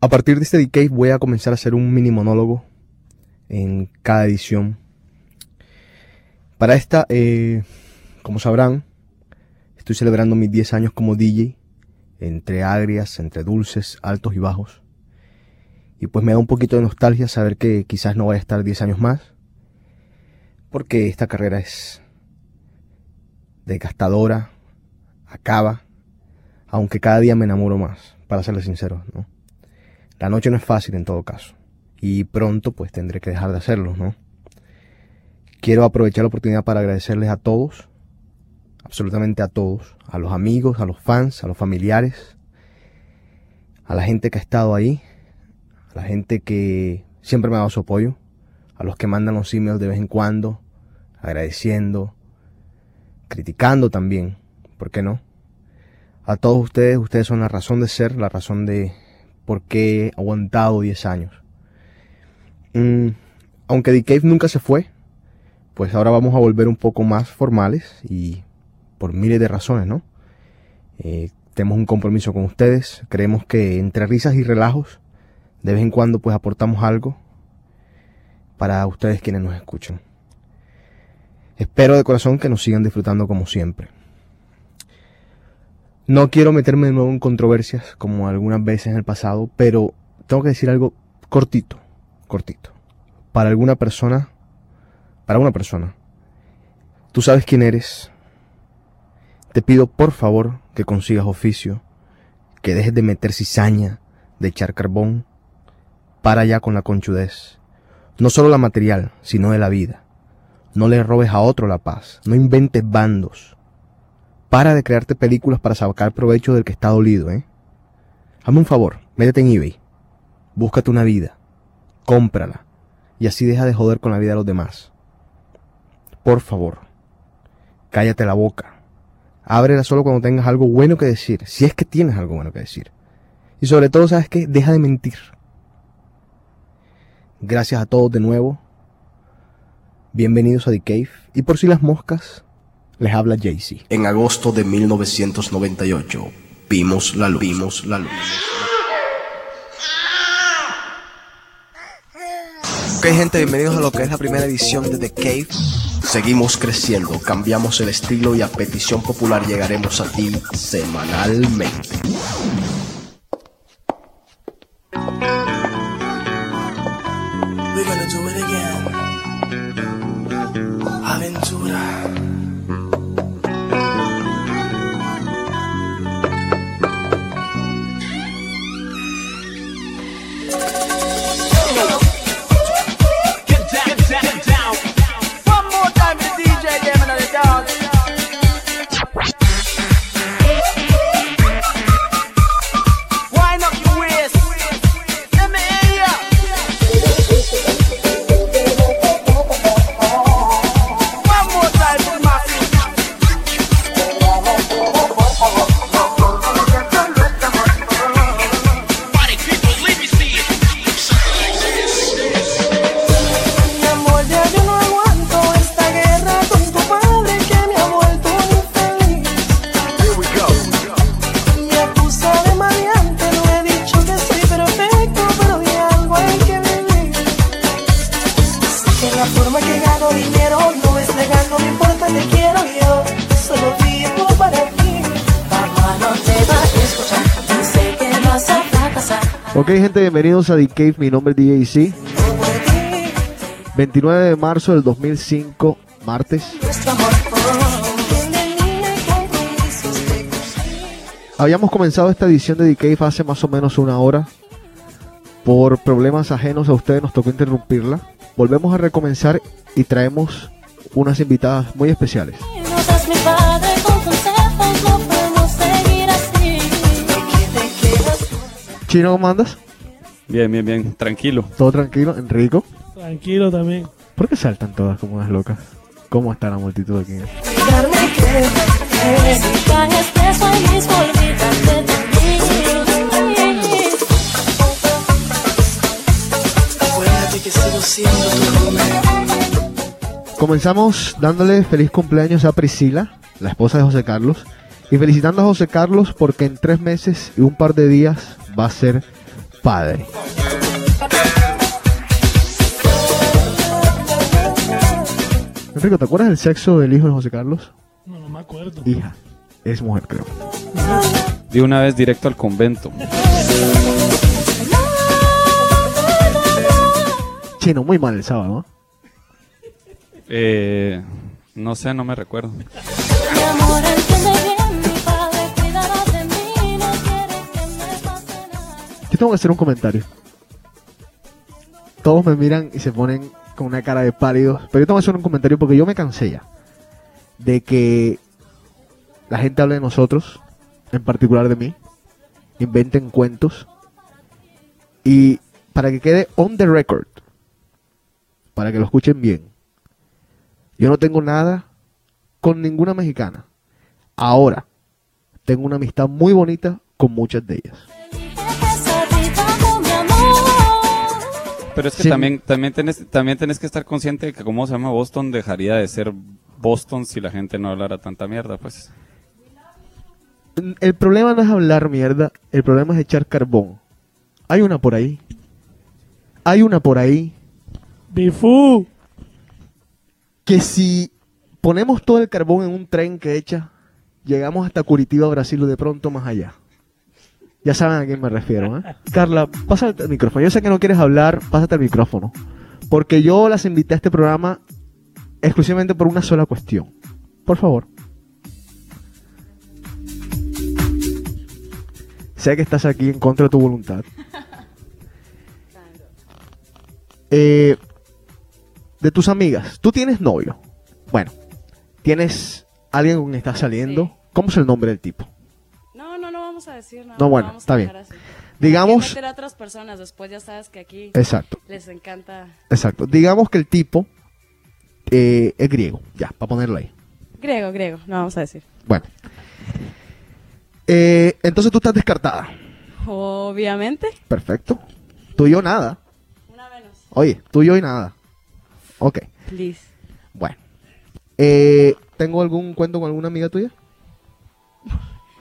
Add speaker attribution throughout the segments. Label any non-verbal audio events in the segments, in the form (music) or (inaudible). Speaker 1: A partir de este Decay voy a comenzar a hacer un mini monólogo en cada edición. Para esta, eh, como sabrán, estoy celebrando mis 10 años como DJ, entre agrias, entre dulces, altos y bajos. Y pues me da un poquito de nostalgia saber que quizás no voy a estar 10 años más, porque esta carrera es desgastadora, acaba, aunque cada día me enamoro más, para serles sinceros, ¿no? La noche no es fácil en todo caso, y pronto pues tendré que dejar de hacerlo, ¿no? Quiero aprovechar la oportunidad para agradecerles a todos, absolutamente a todos, a los amigos, a los fans, a los familiares, a la gente que ha estado ahí, a la gente que siempre me ha dado su apoyo, a los que mandan los emails de vez en cuando, agradeciendo, criticando también, ¿por qué no? A todos ustedes, ustedes son la razón de ser, la razón de por qué he aguantado 10 años. Mm, aunque The Cave nunca se fue, pues ahora vamos a volver un poco más formales y por miles de razones, ¿no? Eh, tenemos un compromiso con ustedes, creemos que entre risas y relajos, de vez en cuando pues aportamos algo para ustedes quienes nos escuchan. Espero de corazón que nos sigan disfrutando como siempre. No quiero meterme de nuevo en controversias como algunas veces en el pasado, pero tengo que decir algo cortito, cortito. Para alguna persona, para una persona, tú sabes quién eres. Te pido por favor que consigas oficio, que dejes de meter cizaña, de echar carbón. Para ya con la conchudez. No solo la material, sino de la vida. No le robes a otro la paz. No inventes bandos para de crearte películas para sacar provecho del que está dolido, ¿eh? Hazme un favor, métete en eBay. Búscate una vida. Cómprala. Y así deja de joder con la vida de los demás. Por favor. Cállate la boca. Ábrela solo cuando tengas algo bueno que decir. Si es que tienes algo bueno que decir. Y sobre todo, ¿sabes qué? Deja de mentir. Gracias a todos de nuevo. Bienvenidos a The Cave. Y por si las moscas, les habla Jay-Z.
Speaker 2: En agosto de 1998, vimos la luz. Vimos la luz.
Speaker 3: Ok gente, bienvenidos a lo que es la primera edición de The Cave.
Speaker 2: Seguimos creciendo, cambiamos el estilo y a petición popular llegaremos a ti semanalmente.
Speaker 3: We're gonna do it again. Aventura.
Speaker 4: Get down, get down, get down. One more time to DJ Yemen and the dog. Wind up your waist. Let me hear ya. One more time for Matthew.
Speaker 5: Mi amor, ya yo no aguanto esta guerra con tu padre que me ha vuelto infeliz. Me acusa de maleante, no he dicho que soy perfecto, pero de algo hay que vivir. Sé que la forma que gano dinero no es legal, no me importa, te quiero yo, solo vivo para ti. Papá, no te vas a escuchar, sé que vas a fracasar.
Speaker 6: Ok, gente, bienvenidos a The Cave. Mi nombre es DJC.
Speaker 5: Todo por ti,
Speaker 6: 29 de marzo del 2005, martes.
Speaker 5: nuestro amor. Tiene línea y compromisos de cumplir.
Speaker 6: Habíamos comenzado esta edición de The Cave hace más o menos una hora. Por problemas ajenos a ustedes nos tocó interrumpirla. Volvemos a recomenzar y traemos unas invitadas muy especiales.
Speaker 5: Notas mi padre con consejos, no podemos seguir así. ¿De qué te quedas?
Speaker 6: Chino, ¿cómo andas?
Speaker 7: Bien, bien, bien, tranquilo.
Speaker 6: ¿Todo tranquilo? ¿Enrico?
Speaker 8: Tranquilo también.
Speaker 6: ¿Por qué saltan todas como unas locas? ¿Cómo está la multitud aquí?
Speaker 5: Darme que si tan expreso en mis bolitas de ti.
Speaker 3: Acuérdate que sigo siendo tu hombre.
Speaker 6: Comenzamos dándole feliz cumpleaños a Priscila, la esposa de José Carlos, y felicitando a José Carlos porque en tres meses y un par de días va a ser
Speaker 9: padre.
Speaker 1: Enrico, ¿te acuerdas del sexo del hijo de José Carlos?
Speaker 8: No, no me acuerdo.
Speaker 1: Hija. Es mujer, creo.
Speaker 7: De una vez directo al convento.
Speaker 1: Chino, muy mal el sábado, ¿no?
Speaker 7: Eh, no sé, no me recuerdo.
Speaker 10: Mi amor, entiende bien, mi padre cuidará de mí, no quiere que me pase nada.
Speaker 1: Yo tengo que hacer un comentario. Todos me miran y se ponen con una cara de pálidos. Pero yo tengo que hacer un comentario porque yo me cansé ya de que la gente hable de nosotros, en particular de mí, inventen cuentos. Y para que quede on the record, para que lo escuchen bien, yo no tengo nada con ninguna mexicana. Ahora, tengo una amistad muy bonita con muchas de ellas.
Speaker 10: Dije que sabía con mi amor.
Speaker 7: Pero es que
Speaker 1: Sí.
Speaker 7: también, también, tenés, también tenés que estar consciente de que cómo se llama Boston dejaría de ser Boston si la gente no hablara tanta mierda, pues.
Speaker 1: El problema no es hablar mierda, el problema es echar carbón. Hay una por ahí. Hay una por ahí
Speaker 8: Bifú.
Speaker 1: que si ponemos todo el carbón en un tren que echa, llegamos hasta Curitiba, Brasil o de pronto más allá. Ya saben a quién me refiero, ¿eh? Carla, pásate el micrófono. Yo sé que no quieres hablar, pásate el micrófono. Porque yo las invité a este programa exclusivamente por una sola cuestión. Por favor. Sé que estás aquí en contra de tu voluntad. Eh, de tus amigas, tú tienes novio. Bueno, tienes alguien con quien estás saliendo.
Speaker 5: Sí.
Speaker 1: ¿Cómo es el nombre del tipo?
Speaker 5: No, no, no vamos a decir nada.
Speaker 1: No, bueno,
Speaker 5: lo vamos a
Speaker 1: está
Speaker 5: dejar
Speaker 1: bien.
Speaker 5: así. Hay que
Speaker 1: Digamos,
Speaker 5: meter a otras personas, después ya sabes que aquí
Speaker 1: exacto,
Speaker 5: les encanta.
Speaker 1: exacto. Digamos que el tipo eh, es griego, ya, para ponerlo ahí.
Speaker 5: Griego, griego, no vamos a decir.
Speaker 1: Bueno. Eh, entonces tú estás descartada.
Speaker 5: Obviamente.
Speaker 1: Perfecto. Tú y yo nada.
Speaker 5: Una menos.
Speaker 1: Oye, tú y yo y nada. Ok,
Speaker 5: Please.
Speaker 1: bueno. Eh, ¿Tengo algún cuento con alguna amiga tuya?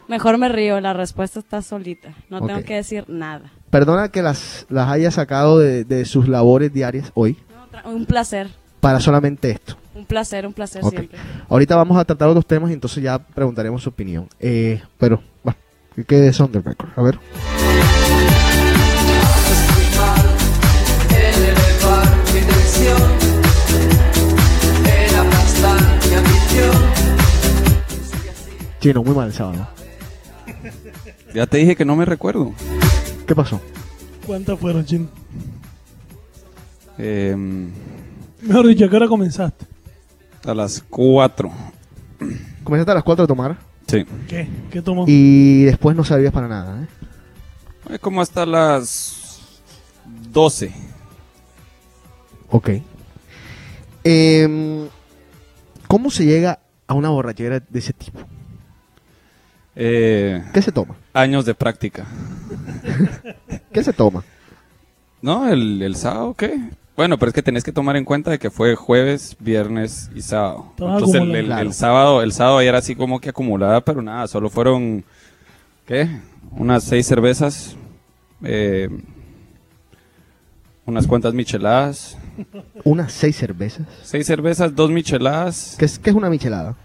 Speaker 5: Mejor me río, la respuesta está solita. No
Speaker 1: Ok.
Speaker 5: tengo que decir nada.
Speaker 1: Perdona que las, las haya sacado de, de sus labores diarias hoy
Speaker 5: No, tra- un placer,
Speaker 1: para solamente esto.
Speaker 5: un placer, un placer
Speaker 1: Ok.
Speaker 5: siempre.
Speaker 1: Ahorita vamos a tratar otros temas y entonces ya preguntaremos su opinión. Eh, pero, bueno, que quede on the record. A ver. Chino, muy mal el sábado.
Speaker 7: Ya te dije que no me recuerdo.
Speaker 1: ¿Qué pasó?
Speaker 8: ¿Cuántas fueron, Chin?
Speaker 7: Em,
Speaker 8: Mejor dicho, ¿a qué hora comenzaste?
Speaker 7: a las 4.
Speaker 1: Comenzaste a las 4 a tomar
Speaker 7: Sí.
Speaker 8: ¿Qué? ¿Qué tomó?
Speaker 1: y después no sabías para nada. ¿eh?
Speaker 7: Eh, Como hasta las 12.
Speaker 1: Ok. Em, ¿Cómo se llega a una borrachera de ese tipo?
Speaker 7: Eh,
Speaker 1: ¿Qué se toma?
Speaker 7: años de práctica.
Speaker 1: ¿Qué se toma?
Speaker 7: ¿No? ¿El, el sábado qué? Bueno, pero es que tenés que tomar en cuenta de que fue jueves, viernes y sábado.
Speaker 8: Todo
Speaker 7: Entonces el, el-
Speaker 8: acumulado.
Speaker 7: el
Speaker 1: Claro.
Speaker 7: sábado, el sábado ya era así como que acumulada, pero nada, solo fueron ¿qué? Unas seis cervezas, eh, unas cuantas micheladas,
Speaker 1: Unas seis cervezas.
Speaker 7: seis cervezas, dos micheladas,
Speaker 1: ¿Qué es, qué es una michelada?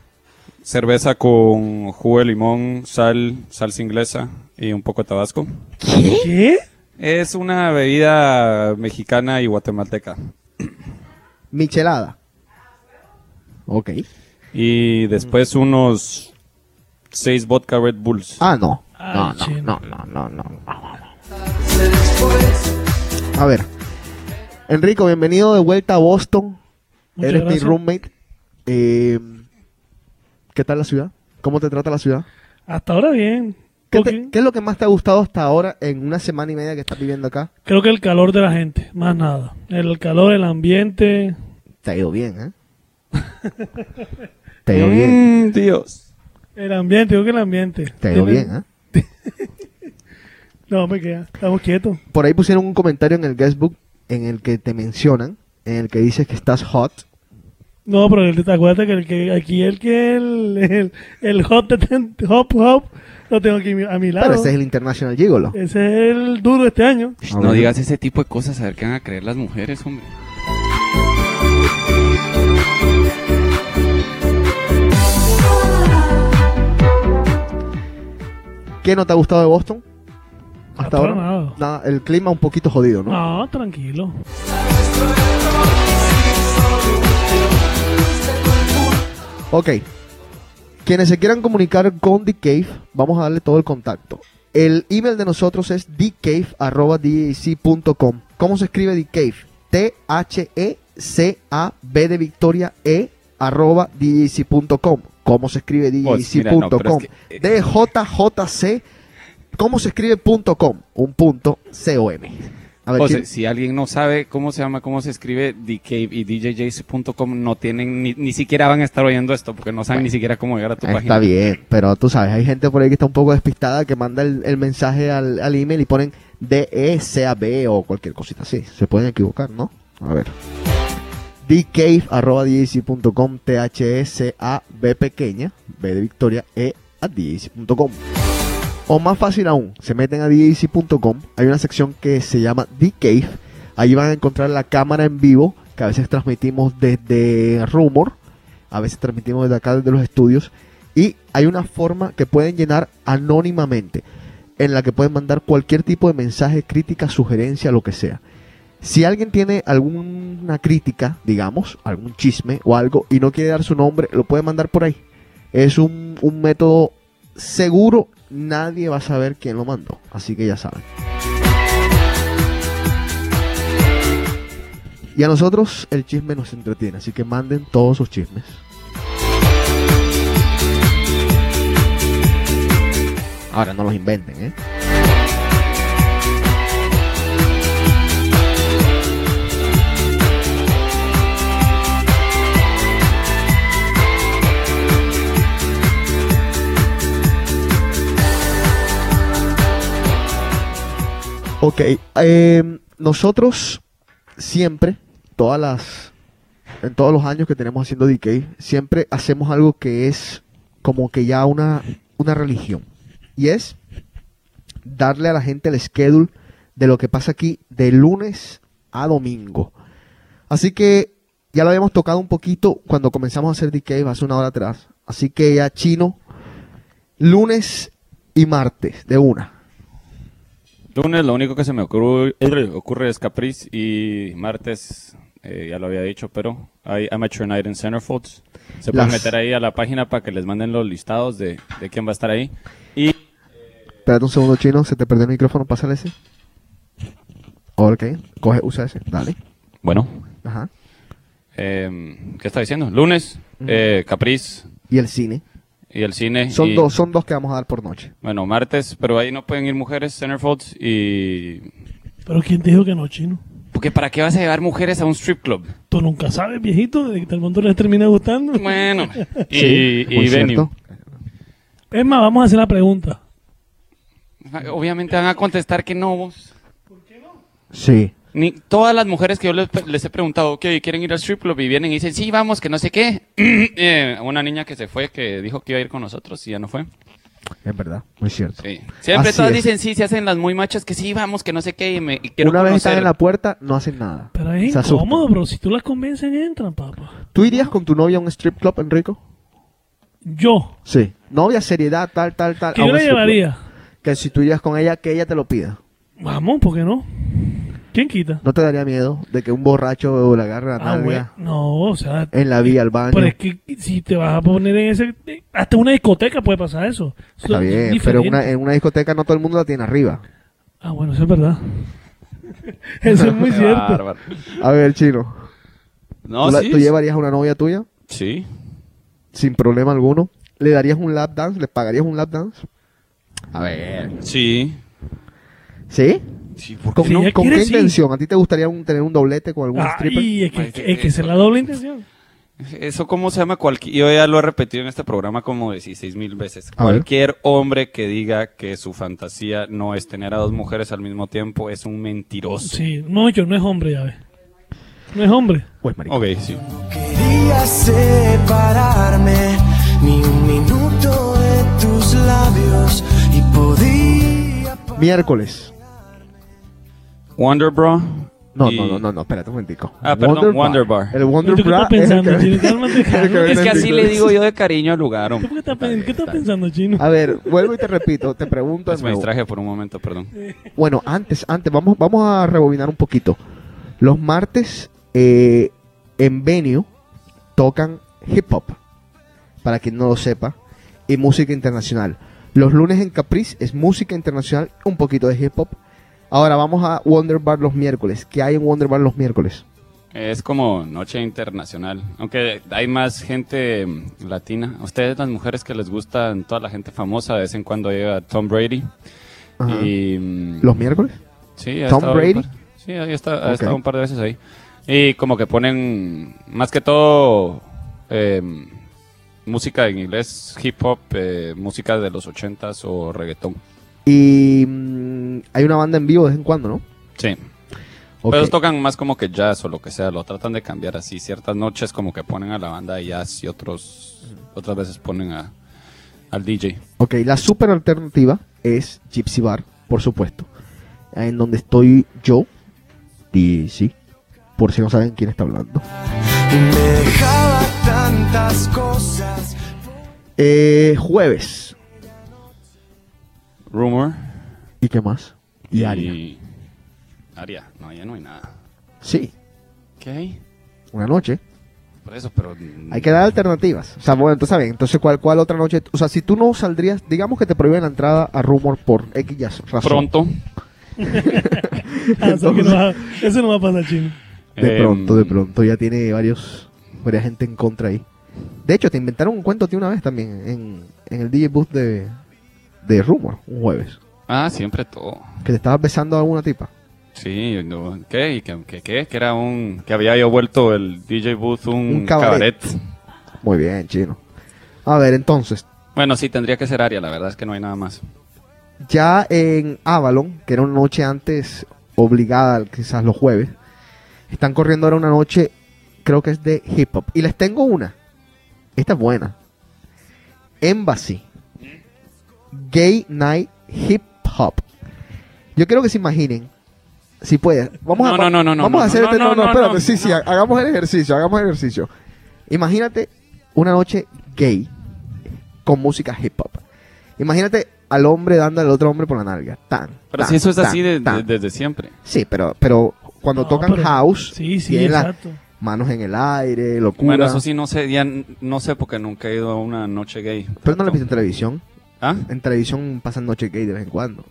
Speaker 7: cerveza con jugo de limón, sal, salsa inglesa y un poco de tabasco.
Speaker 8: ¿Qué?
Speaker 7: Es una bebida mexicana y guatemalteca.
Speaker 1: Michelada. Ok.
Speaker 7: Y después unos seis vodka Red Bulls.
Speaker 1: Ah, no.
Speaker 8: Ay,
Speaker 1: No, no,
Speaker 8: chino.
Speaker 1: no, no, no, no, no, no. A ver. Enrico, bienvenido de vuelta a Boston.
Speaker 8: Muchas
Speaker 1: Eres
Speaker 8: gracias.
Speaker 1: mi roommate. Eh, ¿Qué tal la ciudad? ¿Cómo te trata la ciudad?
Speaker 8: Hasta ahora bien.
Speaker 1: ¿Qué,
Speaker 8: Ok.
Speaker 1: te- qué es lo que más te ha gustado hasta ahora en una semana y media que estás viviendo acá?
Speaker 8: Creo que el calor de la gente, más nada. El calor, el ambiente.
Speaker 1: Te ha ido bien,
Speaker 8: (laughs)
Speaker 1: ¿eh? te ha ido
Speaker 8: Eh,
Speaker 1: bien.
Speaker 7: Mm, Dios.
Speaker 8: El ambiente, creo que el ambiente.
Speaker 1: Te ha ido
Speaker 8: Tienen-
Speaker 1: bien, ¿eh?
Speaker 8: No, me queda. Estamos quietos.
Speaker 1: Por ahí pusieron un comentario en el guestbook en el que te mencionan, en el que dices que estás hot.
Speaker 8: No, pero el- te acuerdas que, el que aquí el que el, el, el hop, de ten- hop, hop Lo tengo aquí a mi lado.
Speaker 11: Pero ese es el International Gigolo.
Speaker 8: Ese es el duro este año.
Speaker 7: No digas ese tipo de cosas, a ver qué van a creer las mujeres, hombre.
Speaker 11: ¿Qué no te ha gustado de Boston? Hasta
Speaker 8: Ah, para
Speaker 11: ahora.
Speaker 8: nada.
Speaker 11: Nada, el clima un poquito jodido, ¿no?
Speaker 8: No, tranquilo.
Speaker 11: Ok. Quienes se quieran comunicar con The Cave, vamos a darle todo el contacto. El email de nosotros es thecave.com. ¿Cómo se escribe The Cave? E T-H-E-C-A-B de Victoria E arroba DJC.com. ¿Cómo se escribe
Speaker 7: Pues, mira, no, pero
Speaker 11: DJC.com?
Speaker 7: es que, eh.
Speaker 11: D-J-J-C. ¿Cómo se escribe punto .com? Un punto C-O-M. A ver,
Speaker 7: O sea,
Speaker 11: Chino.
Speaker 7: si alguien no sabe cómo se llama, cómo se escribe DK y DJJC.com, no tienen, ni, ni siquiera van a estar oyendo esto porque no saben ni siquiera cómo llegar a tu página.
Speaker 11: Está bien, pero tú sabes, hay gente por ahí que está un poco despistada que manda el, el mensaje al, al email y ponen E DECAB o cualquier cosita así. Se pueden equivocar, ¿no? A ver. dcave.com, t h s a b pequeña, b de victoria, e a DJC.com. O más fácil aún, se meten a DJC.com, hay una sección que se llama The Cave, ahí van a encontrar la cámara en vivo, que a veces transmitimos desde Rumor, a veces transmitimos desde acá, desde los estudios, y hay una forma que pueden llenar anónimamente, en la que pueden mandar cualquier tipo de mensaje, crítica, sugerencia, lo que sea. Si alguien tiene alguna crítica, digamos, algún chisme o algo, y no quiere dar su nombre, lo puede mandar por ahí. Es un, un método seguro, nadie va a saber quién lo mandó, así que ya saben. Y a nosotros el chisme nos entretiene, así que manden todos sus chismes. Ahora no los inventen, ¿eh? Ok, eh, nosotros siempre, todas las, en todos los años que tenemos haciendo DK, siempre hacemos algo que es como que ya una, una religión. Y es darle a la gente el schedule de lo que pasa aquí de lunes a domingo. Así que ya lo habíamos tocado un poquito cuando comenzamos a hacer DK hace una hora atrás. Así que ya chino, lunes y martes de una.
Speaker 7: Lunes lo único que se me ocurre, ocurre es Caprice y martes, eh, ya lo había dicho, pero hay Amateur Night en Centerfolds. Se pueden
Speaker 11: Las-
Speaker 7: meter ahí a la página para que les manden los listados de, de quién va a estar ahí. Y
Speaker 11: Espérate un segundo, chino. Se te perdió el micrófono. Pásale ese. Ok. Coge, usa ese. Dale.
Speaker 7: bueno,
Speaker 11: Ajá.
Speaker 7: eh, ¿qué está diciendo? Lunes, eh, Caprice
Speaker 11: Y el cine.
Speaker 7: y el cine.
Speaker 11: Son
Speaker 7: y-
Speaker 11: dos, son dos que vamos a dar por noche.
Speaker 7: Bueno, martes, pero ahí no pueden ir mujeres, Centerfolds y...
Speaker 8: Pero ¿quién te dijo que no, chino?
Speaker 7: Porque ¿para qué vas a llevar mujeres a un strip club?
Speaker 8: Tú nunca sabes, viejito, de que el mundo les termine gustando.
Speaker 11: (laughs)
Speaker 7: Bueno, y,
Speaker 11: Sí, muy
Speaker 7: y venue.
Speaker 11: cierto.
Speaker 8: Es más, vamos a hacer la pregunta.
Speaker 7: Obviamente van a contestar que no vos.
Speaker 11: Sí.
Speaker 7: Ni, todas las mujeres que yo les, les he preguntado, que quieren ir al strip club y vienen y dicen, sí, vamos, que no sé qué. (clears throat) Eh, una niña que se fue, que dijo que iba a ir con nosotros y ya no fue.
Speaker 11: Es verdad. Muy cierto.
Speaker 7: Sí. Siempre
Speaker 11: Así
Speaker 7: todas
Speaker 11: es.
Speaker 7: dicen, sí, se hacen las muy machas, que sí, vamos, que no sé qué. Y me, y quiero
Speaker 11: Una vez están
Speaker 7: conocer".
Speaker 11: en la puerta, no hacen nada.
Speaker 8: Pero es
Speaker 11: Se asustan.
Speaker 8: incómodo, bro. Si tú las convences, entran, papá.
Speaker 11: ¿Tú irías con tu novia a un strip club, Enrico?
Speaker 8: Yo,
Speaker 11: Sí. Novia, seriedad, tal, tal, tal.
Speaker 8: ¿qué
Speaker 11: a
Speaker 8: yo
Speaker 11: un
Speaker 8: la
Speaker 11: strip club.
Speaker 8: llevaría?
Speaker 11: Que si tú irías con ella, que ella te lo pida.
Speaker 8: Vamos, ¿por qué no? ¿Quién quita?
Speaker 11: ¿No te daría miedo de que un borracho le agarre la
Speaker 8: Ah, güey.
Speaker 11: nalga
Speaker 8: No, o sea,
Speaker 11: en la vía, al baño?
Speaker 8: pero es que si te vas a poner en ese... Hasta una discoteca puede pasar eso.
Speaker 11: Está
Speaker 8: Eso es
Speaker 11: bien, pero
Speaker 8: diferente.
Speaker 11: una, en una discoteca no todo el mundo la tiene arriba.
Speaker 8: Ah, bueno, eso es verdad. (laughs) eso es muy
Speaker 7: Qué
Speaker 8: cierto.
Speaker 7: bárbaro.
Speaker 11: A ver, chino.
Speaker 7: No,
Speaker 11: ¿tú, la-
Speaker 7: sí.
Speaker 11: ¿Tú llevarías a una novia tuya?
Speaker 7: Sí.
Speaker 11: sin problema alguno. ¿Le darías un lap dance? ¿Le pagarías un lap dance? A ver.
Speaker 7: Sí.
Speaker 11: ¿Sí?
Speaker 7: Sí, ¿por
Speaker 11: ¿Con,
Speaker 8: Si
Speaker 11: no-
Speaker 8: ella
Speaker 11: con
Speaker 8: quiere,
Speaker 11: qué
Speaker 8: sí.
Speaker 11: intención? ¿A ti te gustaría un- tener un doblete con algún stripper?
Speaker 8: Ay, Ah, es que, es que- es que esa es la doble intención.
Speaker 7: Eso como se llama cualquier, yo ya lo he repetido en este programa como 16 mil veces.
Speaker 11: A ver.
Speaker 7: Cualquier hombre que diga que su fantasía no es tener a dos mujeres al mismo tiempo es un mentiroso.
Speaker 8: Sí, no, yo no es hombre, ya ves. No es hombre.
Speaker 11: Pues, marica.
Speaker 7: Ok, sí.
Speaker 2: Quería separarme ni un minuto de tus labios. labios y podía
Speaker 11: Miércoles.
Speaker 7: Wonder Bra.
Speaker 11: No,
Speaker 7: y-
Speaker 11: no, no, no, no, espérate un momentico.
Speaker 7: Ah, perdón, Wonder Bar.
Speaker 11: El Wonder
Speaker 8: ¿Y tú qué
Speaker 11: Bra
Speaker 8: estás
Speaker 11: (laughs) es el
Speaker 8: pensando,
Speaker 11: que-
Speaker 8: Chino? Cálmate,
Speaker 11: el que
Speaker 8: cálmate.
Speaker 11: vende
Speaker 7: Es que así
Speaker 11: el-
Speaker 7: le digo yo de cariño al lugar.
Speaker 11: (laughs)
Speaker 8: ¿Tú qué estás, pen- qué estás pensando, chino?
Speaker 11: A ver, vuelvo y te repito, te pregunto de
Speaker 7: Me
Speaker 11: nuevo.
Speaker 7: distraje por un momento, perdón.
Speaker 11: Bueno, antes, antes, vamos, vamos a rebobinar un poquito. Los martes eh, en venue tocan hip hop, para quien no lo sepa, y música internacional. Los lunes en Caprice es música internacional, un poquito de hip hop. Ahora vamos a Wonder Bar los miércoles. ¿Qué hay en Wonder Bar los miércoles?
Speaker 7: Es como noche internacional, aunque hay más gente mm, latina. A ustedes, las mujeres que les gustan, toda la gente famosa, de vez en cuando llega Tom Brady.
Speaker 11: Ajá.
Speaker 7: Y, mm,
Speaker 11: ¿Los miércoles?
Speaker 7: sí, ha
Speaker 11: Tom
Speaker 7: estado ahí un
Speaker 11: Brady?
Speaker 7: par- sí, ahí está, ha
Speaker 11: Ok.
Speaker 7: estado un par de veces ahí. Y como que ponen, más que todo, em, música en inglés, hip hop, eh, música de los ochentas o reggaetón.
Speaker 11: Y mm, hay una banda en vivo de vez en cuando, ¿no?
Speaker 7: Sí.
Speaker 11: Ok.
Speaker 7: Pero tocan más como que jazz o lo que sea, lo tratan de cambiar así. Ciertas noches como que ponen a la banda de jazz y otros, otras veces ponen a, al DJ.
Speaker 11: Ok, la super alternativa es Gypsy Bar, por supuesto. En donde estoy yo, y sí, por si no saben quién está hablando.
Speaker 2: y me dejaba tantas cosas.
Speaker 11: Eh, jueves.
Speaker 7: Rumor.
Speaker 11: ¿Y qué más? Y Aria.
Speaker 7: Aria, no, ya no hay nada.
Speaker 11: Sí,
Speaker 7: ¿Qué hay?
Speaker 11: una noche.
Speaker 7: Por eso, pero...
Speaker 11: Hay que dar alternativas. O sea, bueno, entonces, ¿saben? Entonces, ¿cuál, ¿cuál otra noche? O sea, si tú no saldrías, digamos que te prohíben la entrada a Rumor por X ya razón.
Speaker 7: Pronto.
Speaker 8: Ah, (laughs) eso, que no va, eso no va a pasar, chino.
Speaker 11: De
Speaker 7: Em,
Speaker 11: pronto, de pronto. Ya tiene varios, varias gente en contra ahí. De hecho, te inventaron un cuento a ti una vez también en, en el DJ Booth de, de Rumor, un jueves.
Speaker 7: Ah, siempre todo.
Speaker 11: Que te estabas besando a alguna tipa.
Speaker 7: Sí, no, ¿qué? ¿Y ¿Qué, qué, qué? Que era un... Que había yo vuelto el DJ Booth un,
Speaker 11: Un cabaret.
Speaker 7: cabaret.
Speaker 11: Muy bien, chino. A ver, entonces,
Speaker 7: Bueno, sí, tendría que ser Aria, la verdad es que no hay nada más.
Speaker 11: ya en Avalon, que era una noche antes obligada, quizás los jueves, están corriendo ahora una noche, creo que es de hip hop. Y les tengo una. Esta es buena. Embassy. Gay Night Hip Hop. Yo quiero que se imaginen. Si puedes. Vamos a,
Speaker 7: No, no, no, no, no,
Speaker 11: vamos a
Speaker 7: no,
Speaker 11: hacer
Speaker 7: no,
Speaker 11: este-
Speaker 7: no,
Speaker 11: no, no,
Speaker 7: no,
Speaker 11: espérate.
Speaker 7: no,
Speaker 11: sí, sí, hagamos el ejercicio, hagamos el ejercicio. Imagínate una noche gay con música hip hop. Imagínate al hombre dando al otro hombre por la nalga. Tan.
Speaker 7: Pero
Speaker 11: tan,
Speaker 7: si eso es
Speaker 11: tan,
Speaker 7: así de- de-
Speaker 11: tan.
Speaker 7: desde siempre.
Speaker 11: Sí, pero, pero cuando
Speaker 8: No,
Speaker 11: tocan
Speaker 8: pero-
Speaker 11: house,
Speaker 8: Sí, sí,
Speaker 11: tienen las
Speaker 8: exacto.
Speaker 11: manos en el aire, locura.
Speaker 7: Bueno, eso sí, no sé, ya n- no sé porque nunca he ido a una noche gay.
Speaker 11: Pero no lo viste en televisión.
Speaker 7: ¿Ah?
Speaker 11: En televisión pasan noche gay de vez en cuando.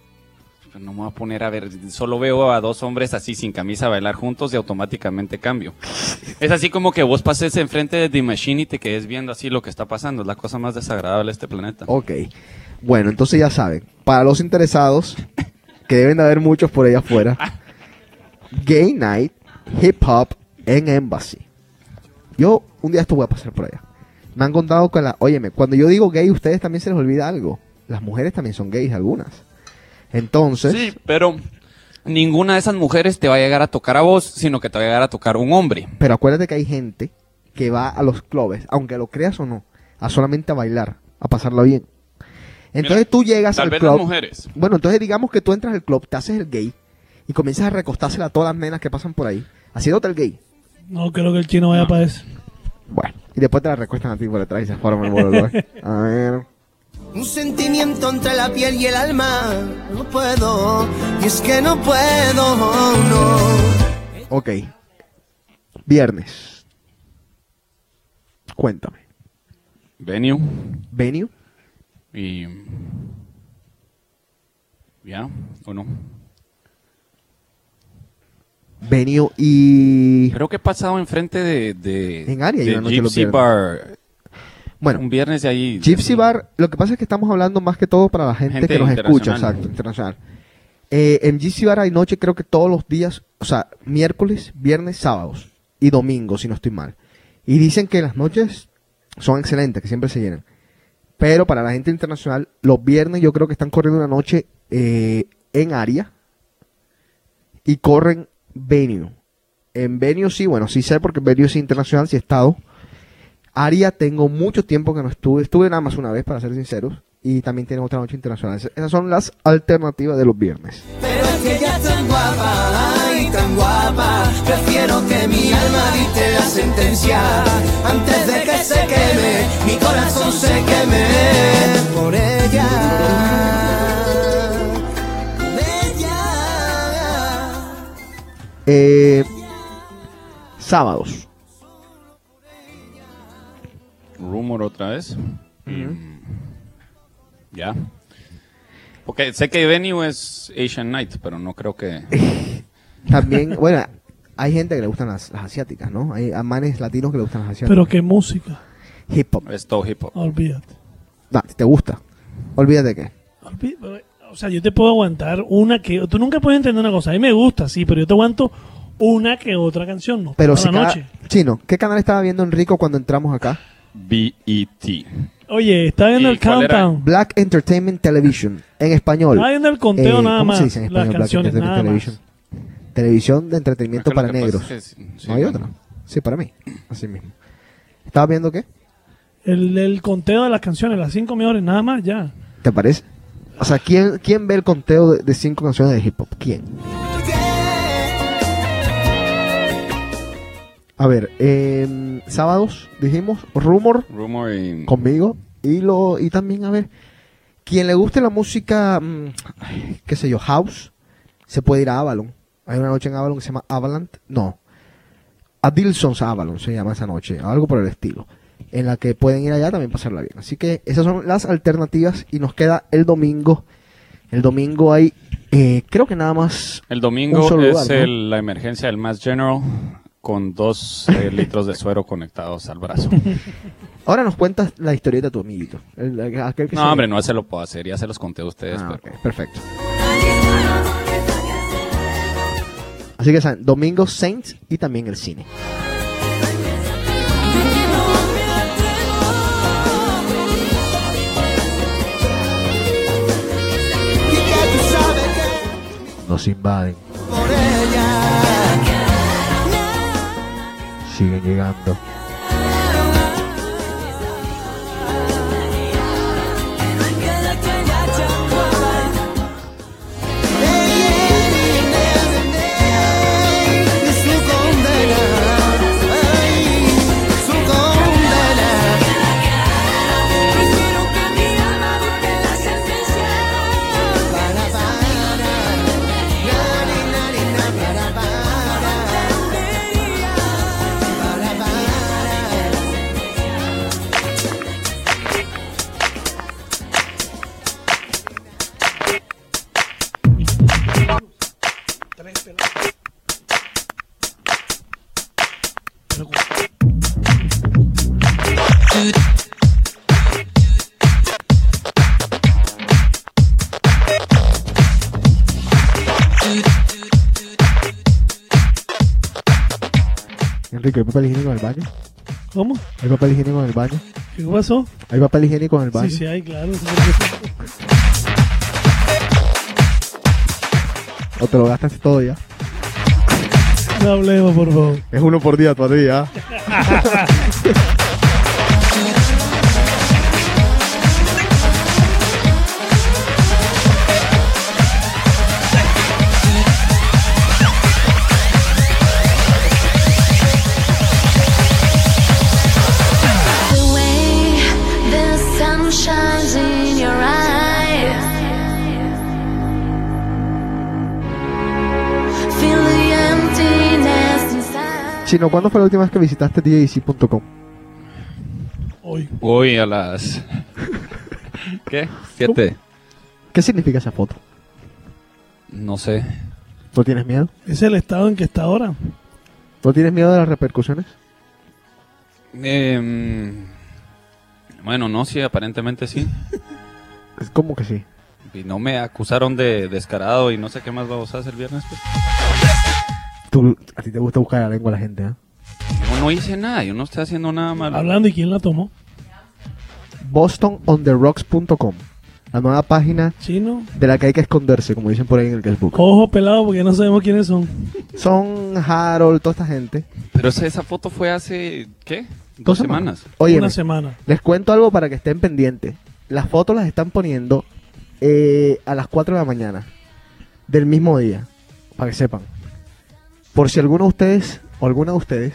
Speaker 7: Pero No me voy a poner a ver, solo veo a dos hombres así sin camisa bailar juntos y automáticamente cambio. Es así como que vos pases enfrente de The Machine y te quedes viendo así lo que está pasando. Es la cosa más desagradable de este planeta.
Speaker 11: Ok. Bueno, entonces ya saben. Para los interesados, que deben de haber muchos por allá afuera, Gay Night Hip Hop en Embassy. Yo un día esto voy a pasar por allá. Me han contado que la. Óyeme, cuando yo digo gay, ustedes también se les olvida algo. Las mujeres también son gays, algunas. Entonces.
Speaker 7: Sí, pero ninguna de esas mujeres te va a llegar a tocar a vos, sino que te va a llegar a tocar un hombre.
Speaker 11: Pero acuérdate que hay gente que va a los clubes, aunque lo creas o no, a solamente a bailar, a pasarla bien. Entonces
Speaker 7: Mira,
Speaker 11: tú llegas
Speaker 7: tal
Speaker 11: al
Speaker 7: vez
Speaker 11: club.
Speaker 7: las mujeres.
Speaker 11: Bueno, entonces digamos que tú entras al club, te haces el gay y comienzas a recostársela a todas las nenas que pasan por ahí, haciéndote el gay.
Speaker 8: No creo que el chino
Speaker 11: Ah,
Speaker 8: vaya para eso.
Speaker 11: Bueno, y después te la recuestan a ti por detrás y se forma el bololó. A ver.
Speaker 2: Un sentimiento entre la piel y el alma. No puedo, y es que no puedo, no.
Speaker 11: Ok. Viernes. Cuéntame.
Speaker 7: Venue
Speaker 11: ¿Venue?
Speaker 7: y... ¿Ya? ¿O no?
Speaker 11: ¿Venue y...?
Speaker 7: Creo que he pasado enfrente de, de,
Speaker 11: En área,
Speaker 7: de
Speaker 11: y una noche los
Speaker 7: Gypsy
Speaker 11: viernes.
Speaker 7: Bar.
Speaker 11: Bueno,
Speaker 7: un viernes de ahí.
Speaker 11: Gypsy Bar, lo que pasa es que estamos hablando más que todo para la gente,
Speaker 7: Gente
Speaker 11: que nos escucha,
Speaker 7: internacional.
Speaker 11: exacto, internacional. Eh, en Gypsy Bar hay noche, creo que todos los días, o sea, miércoles, viernes, sábados y domingo, si no estoy mal. Y dicen que las noches son excelentes, que siempre se llenan. Pero para la gente internacional, los viernes yo creo que están corriendo una noche eh, en área y corren venue. En venue sí, bueno, sí sé porque en venue es internacional, sí he estado. Aria tengo mucho tiempo que no estuve. Estuve nada más una vez, para ser sinceros. y también tienen otra noche internacional. Es- Esas son las alternativas de los viernes.
Speaker 2: Pero es que ella es tan guapa, ay, tan guapa. Prefiero que mi alma dicte la sentencia antes de que se queme, mi corazón se queme por ella. Bella.
Speaker 11: Eh, sábados.
Speaker 7: Rumor otra vez. Mm, Ya. Porque sé que venue es Asian Night, pero no creo
Speaker 11: (laughs)
Speaker 7: que.
Speaker 8: (laughs)
Speaker 11: También, bueno, hay gente que le gustan las, las asiáticas, ¿no? Hay a manes latinos que le gustan las asiáticas.
Speaker 8: Pero qué música.
Speaker 11: Hip hop.
Speaker 7: Es todo hip hop.
Speaker 8: Olvídate.
Speaker 11: Da, si te gusta. Olvídate que.
Speaker 8: Olví- O sea, yo te puedo aguantar una que. Tú nunca puedes entender una cosa. A mí me gusta, sí, pero yo te aguanto una que otra canción. No,
Speaker 11: Pero
Speaker 8: toda
Speaker 11: si
Speaker 8: la
Speaker 11: cada...
Speaker 8: noche.
Speaker 11: Chino, ¿qué canal estaba viendo Enrico cuando entramos acá?
Speaker 7: BET.
Speaker 8: Oye, está viendo
Speaker 7: ¿Y
Speaker 8: el
Speaker 7: Eh, cuál era?
Speaker 8: countdown.
Speaker 11: Black Entertainment Television, en español.
Speaker 8: Está viendo el conteo
Speaker 11: Eh,
Speaker 8: nada
Speaker 11: ¿Cómo
Speaker 8: más.
Speaker 11: se dice en español?
Speaker 8: las
Speaker 11: Black
Speaker 8: canciones
Speaker 11: Entertainment
Speaker 8: nada
Speaker 11: Television.
Speaker 8: más.
Speaker 11: Televisión de
Speaker 7: Es que
Speaker 11: entretenimiento
Speaker 7: lo
Speaker 11: para
Speaker 7: que pasa
Speaker 11: negros.
Speaker 7: es que sí, sí,
Speaker 11: no hay otra. Sí, para mí. Así mismo. ¿Estabas viendo qué?
Speaker 8: El, el conteo de las canciones, las cinco mejores, nada más, ya.
Speaker 11: ¿Te parece? O sea, ¿quién, quién ve el conteo de, de cinco canciones de hip hop? ¿Quién? A ver, em, sábados dijimos Rumor
Speaker 7: Rumor y.
Speaker 11: conmigo y lo y también a ver quien le guste la música mm, ay, qué sé yo house se puede ir a Avalon hay una noche en Avalon que se llama Avalanche no a Dilson's Avalon se llama esa noche algo por el estilo en la que pueden ir allá también pasarla bien así que esas son las alternativas y nos queda el domingo el domingo hay eh, creo que nada más
Speaker 7: El domingo
Speaker 11: Un solo
Speaker 7: es
Speaker 11: lugar, ¿no?
Speaker 7: el- la emergencia del Mass General con dos
Speaker 11: (laughs)
Speaker 7: eh, litros de suero conectados al brazo.
Speaker 11: ahora nos cuentas la historieta de tu amiguito El- aquel que se-
Speaker 7: No, hombre, no se lo puedo hacer, ya se los conté a ustedes.
Speaker 11: Ah,
Speaker 7: pero-
Speaker 11: ok, perfecto. Así que saben, domingo Saints y también el cine. Nos invaden,
Speaker 2: Por ella.
Speaker 11: siguen llegando.
Speaker 2: Es su condena, ay, su condena. Para, para, nari, nari, na, para, para. Para, para.
Speaker 11: Enrique, ¿hay papel higiénico en el baño?
Speaker 8: ¿Cómo?
Speaker 11: ¿Hay papel higiénico en el baño?
Speaker 8: ¿Qué pasó?
Speaker 11: ¿Hay papel higiénico en el baño?
Speaker 8: Sí, sí, hay, claro. (laughs)
Speaker 11: ¿O te lo gastaste todo ya?
Speaker 8: No hablemos, por favor.
Speaker 11: Es uno por día todavía.
Speaker 4: The way the sun shines in your eyes. Feel the emptiness inside.
Speaker 11: Chino, ¿cuándo fue la última vez que visitaste djc.com?
Speaker 8: Hoy.
Speaker 7: Voy a
Speaker 11: (laughs)
Speaker 7: las. ¿Qué? ¿Siete?
Speaker 11: ¿Qué significa esa foto?
Speaker 7: No sé.
Speaker 11: ¿No tienes miedo?
Speaker 8: Es el estado en que está ahora.
Speaker 11: ¿No tienes miedo de las repercusiones?
Speaker 7: Em, bueno, no, sí, aparentemente sí.
Speaker 11: Es como que sí.
Speaker 7: Y no me acusaron de descarado y no sé qué más vamos a hacer el viernes. pues.
Speaker 11: Tú, a ti te gusta buscar la lengua a la gente, ¿eh?
Speaker 7: Yo no hice nada, yo no estoy haciendo nada malo.
Speaker 8: Hablando, ¿y quién la tomó?
Speaker 11: BostonOnTheRocks.com La nueva página
Speaker 8: Chino.
Speaker 11: de la que hay que esconderse, como dicen por ahí en el Facebook.
Speaker 8: Ojo pelado porque no sabemos quiénes son.
Speaker 11: Son Harold, toda esta gente.
Speaker 7: Pero esa, esa foto fue hace, ¿qué? Dos, semanas.
Speaker 11: Oye,
Speaker 8: Una semana.
Speaker 11: les cuento algo para que estén pendientes. las fotos las están poniendo eh, a las 4 de la mañana del mismo día, para que sepan. Por si alguno de ustedes o alguna de ustedes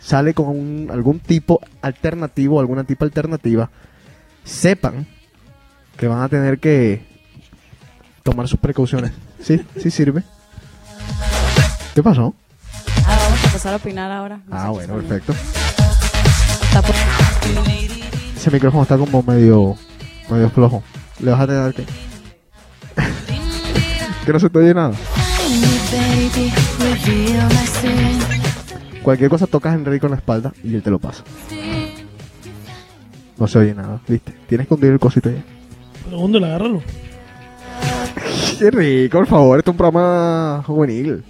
Speaker 11: sale con un- algún tipo alternativo, alguna tipo alternativa, sepan que van a tener que tomar sus precauciones. ¿Sí? ¿Sí sirve? ¿Qué pasó?
Speaker 12: Ah, vamos a empezar a opinar ahora.
Speaker 11: Ah,
Speaker 12: Nosotros
Speaker 11: bueno,
Speaker 12: también.
Speaker 11: perfecto.
Speaker 12: Está por-
Speaker 11: Ese micrófono está como medio, medio flojo. Le vas a tener que... (laughs) que no se te oye nada. Cualquier cosa tocas a Henry con la espalda y él te lo pasa. No se oye nada, ¿viste? Tienes que hundir el cosito ya.
Speaker 8: Segundo, agárralo.
Speaker 11: Qué rico, por favor, esto es un programa juvenil.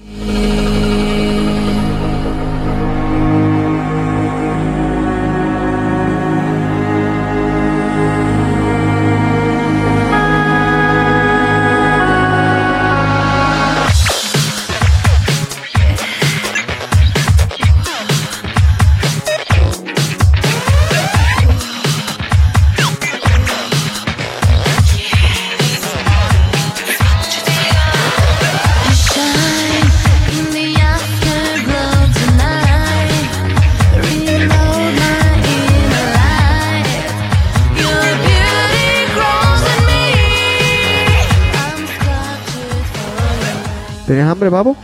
Speaker 11: ¿Tenías hambre, papo?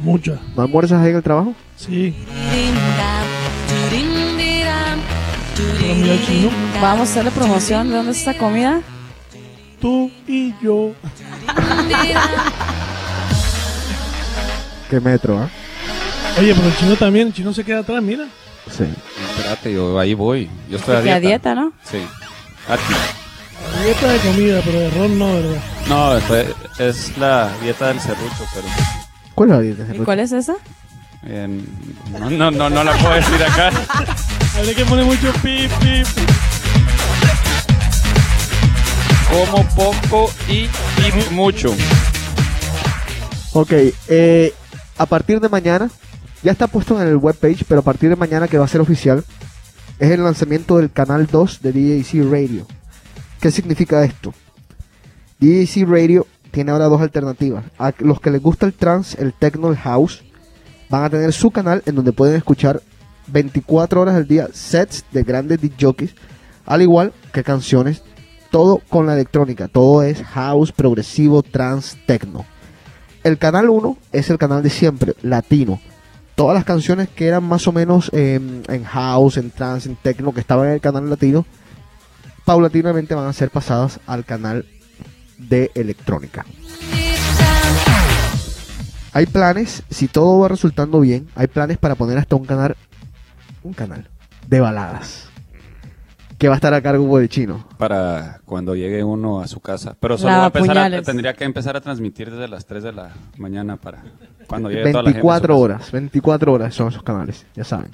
Speaker 8: Mucho.
Speaker 11: ¿No almuerzas ahí en el trabajo?
Speaker 8: Sí. Pero mira, chino,
Speaker 12: Vamos a hacerle promoción. ¿De dónde es esta comida?
Speaker 8: tú y yo.
Speaker 11: ¿Qué metro, ah?
Speaker 8: Oye, pero el chino también. El chino se queda atrás, mira.
Speaker 11: Sí.
Speaker 7: Espérate, yo ahí voy. Yo estoy a
Speaker 12: Porque
Speaker 7: dieta.
Speaker 12: a dieta, ¿no?
Speaker 7: Sí. A ti.
Speaker 8: La dieta de comida, pero de ron no, ¿verdad?
Speaker 7: No, estoy- es la dieta del serrucho, pero...
Speaker 11: ¿Cuál es la dieta?
Speaker 12: ¿Y cuál es esa?
Speaker 7: eh, no, no, no, no la puedo decir acá.
Speaker 8: Hay que pone mucho pip, pip.
Speaker 7: Como poco y, y mucho.
Speaker 11: Ok, eh, a partir de mañana, ya está puesto en el webpage, pero a partir de mañana que va a ser oficial, es el lanzamiento del canal 2 de DJC Radio. ¿Qué significa esto? DJC Radio tiene ahora dos alternativas. A los que les gusta el trance, el techno, el house, van a tener su canal en donde pueden escuchar 24 horas al día sets de grandes disc jockeys, al igual que canciones, todo con la electrónica, todo es house, progresivo, trance, techno. El canal 1 es el canal de siempre, latino. Todas las canciones que eran más o menos eh, en house, en trance, en techno, que estaban en el canal latino, paulatinamente van a ser pasadas al canal de electrónica. Hay planes, si todo va resultando bien, hay planes para poner hasta un canal, un canal de baladas, que va a estar a cargo del chino.
Speaker 7: Para cuando llegue uno a su casa. Pero solo
Speaker 12: La
Speaker 7: va a empezar a-
Speaker 12: puñales.
Speaker 7: tendría que empezar a transmitir desde las 3 de la mañana para cuando llegue toda la gente. a su
Speaker 11: 24
Speaker 7: casa.
Speaker 11: horas, 24 horas son esos canales, ya saben.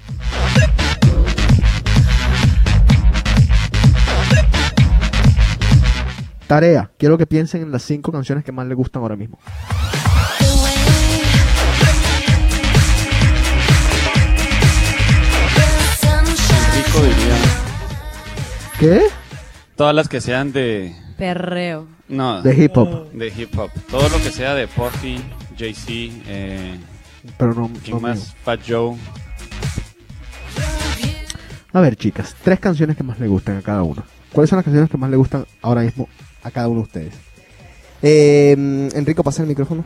Speaker 11: Tarea, quiero que piensen en las 5 canciones que más les gustan ahora mismo.
Speaker 7: Rico diría.
Speaker 11: ¿Qué?
Speaker 7: Todas las que sean de.
Speaker 12: Perreo.
Speaker 7: No,
Speaker 11: De
Speaker 7: de,
Speaker 11: hip hop,
Speaker 7: hip hop. Todo lo que sea de Puffy, Jay-Z, eh,
Speaker 11: pero no,
Speaker 7: ¿quién
Speaker 11: no
Speaker 7: más?
Speaker 11: mío.
Speaker 7: Fat Joe.
Speaker 11: A ver, chicas, tres canciones que más les gustan a cada uno. ¿Cuáles son las canciones que más les gustan ahora mismo a cada uno de ustedes? Eh, Enrico, pasa el micrófono.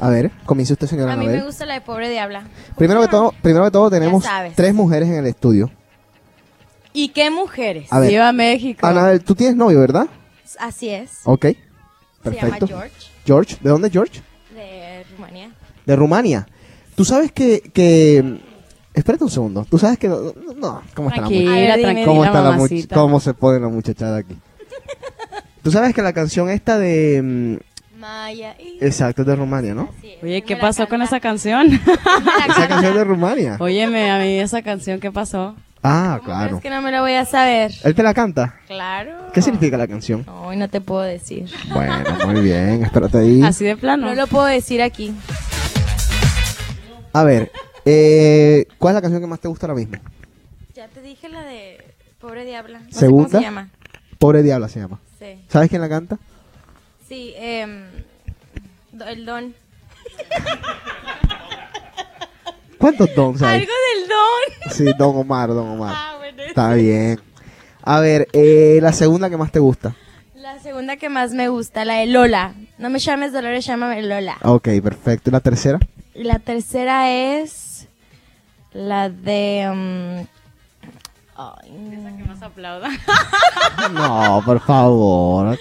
Speaker 11: A ver, comience usted, señora.
Speaker 5: A mí
Speaker 11: Anabel.
Speaker 5: me gusta la de Pobre Diabla.
Speaker 11: Primero que todo, primero que todo tenemos
Speaker 5: Pues Ya sabes.
Speaker 11: tres mujeres en el estudio.
Speaker 5: ¿Y qué mujeres?
Speaker 11: A ver.
Speaker 12: Viva México.
Speaker 11: Anabel, tú tienes novio, ¿verdad?
Speaker 5: Así es.
Speaker 11: Ok.
Speaker 5: Se llama
Speaker 11: Perfecto.
Speaker 5: George,
Speaker 11: George, ¿de dónde es George?
Speaker 5: de Rumanía.
Speaker 11: De Rumania. Tú sabes que, que... Espérate un segundo. Tú sabes que... No, no, ¿cómo está la
Speaker 5: muchacha.
Speaker 12: Tranquila,
Speaker 5: A ver, dime,
Speaker 12: tranquila,
Speaker 11: ¿Cómo, está la much-
Speaker 12: mamacita.
Speaker 11: ¿Cómo se pone la muchachada aquí? (laughs) Tú sabes que la canción esta de... mm,
Speaker 5: Maya y...
Speaker 11: Exacto, es de Rumania, ¿no?
Speaker 5: Así es.
Speaker 12: Oye,
Speaker 5: Me
Speaker 12: ¿qué
Speaker 5: la
Speaker 12: pasó con
Speaker 5: canta.
Speaker 12: esa
Speaker 5: (laughs)
Speaker 12: canción? (laughs)
Speaker 5: Me la
Speaker 11: Esa
Speaker 5: canta.
Speaker 11: canción es
Speaker 5: (laughs)
Speaker 11: de Rumania.
Speaker 12: Óyeme, a mí esa canción, ¿qué pasó?
Speaker 11: Ah,
Speaker 5: ¿Cómo
Speaker 11: claro.
Speaker 5: crees que no me la voy a saber?
Speaker 11: Él te la canta.
Speaker 5: Claro.
Speaker 11: ¿Qué significa la canción?
Speaker 5: (laughs) No, y no te puedo decir.
Speaker 11: Bueno, muy bien. Espérate ahí.
Speaker 12: Así de plano.
Speaker 5: No lo puedo decir aquí.
Speaker 11: A ver, eh, ¿cuál es la canción que más te gusta ahora mismo?
Speaker 5: Ya te dije la de Pobre diabla. No sé
Speaker 11: Segunda.
Speaker 5: cómo se llama.
Speaker 11: Pobre Diabla se llama.
Speaker 5: Sí.
Speaker 11: ¿Sabes quién la canta?
Speaker 5: Sí, em, do- el don.
Speaker 11: ¿Cuántos dons hay?
Speaker 5: Algo del don. (laughs)
Speaker 11: Sí, Don Omar, Don Omar.
Speaker 5: Ah, bueno.
Speaker 11: Está bien. A ver, eh, la segunda que más te gusta.
Speaker 5: La segunda que más me gusta, la de Lola. No me llames Dolores, llámame Lola.
Speaker 11: Ok, perfecto. ¿Y la tercera?
Speaker 5: Y la tercera es la de... em, ay,
Speaker 12: que más aplauda.
Speaker 11: No, por favor.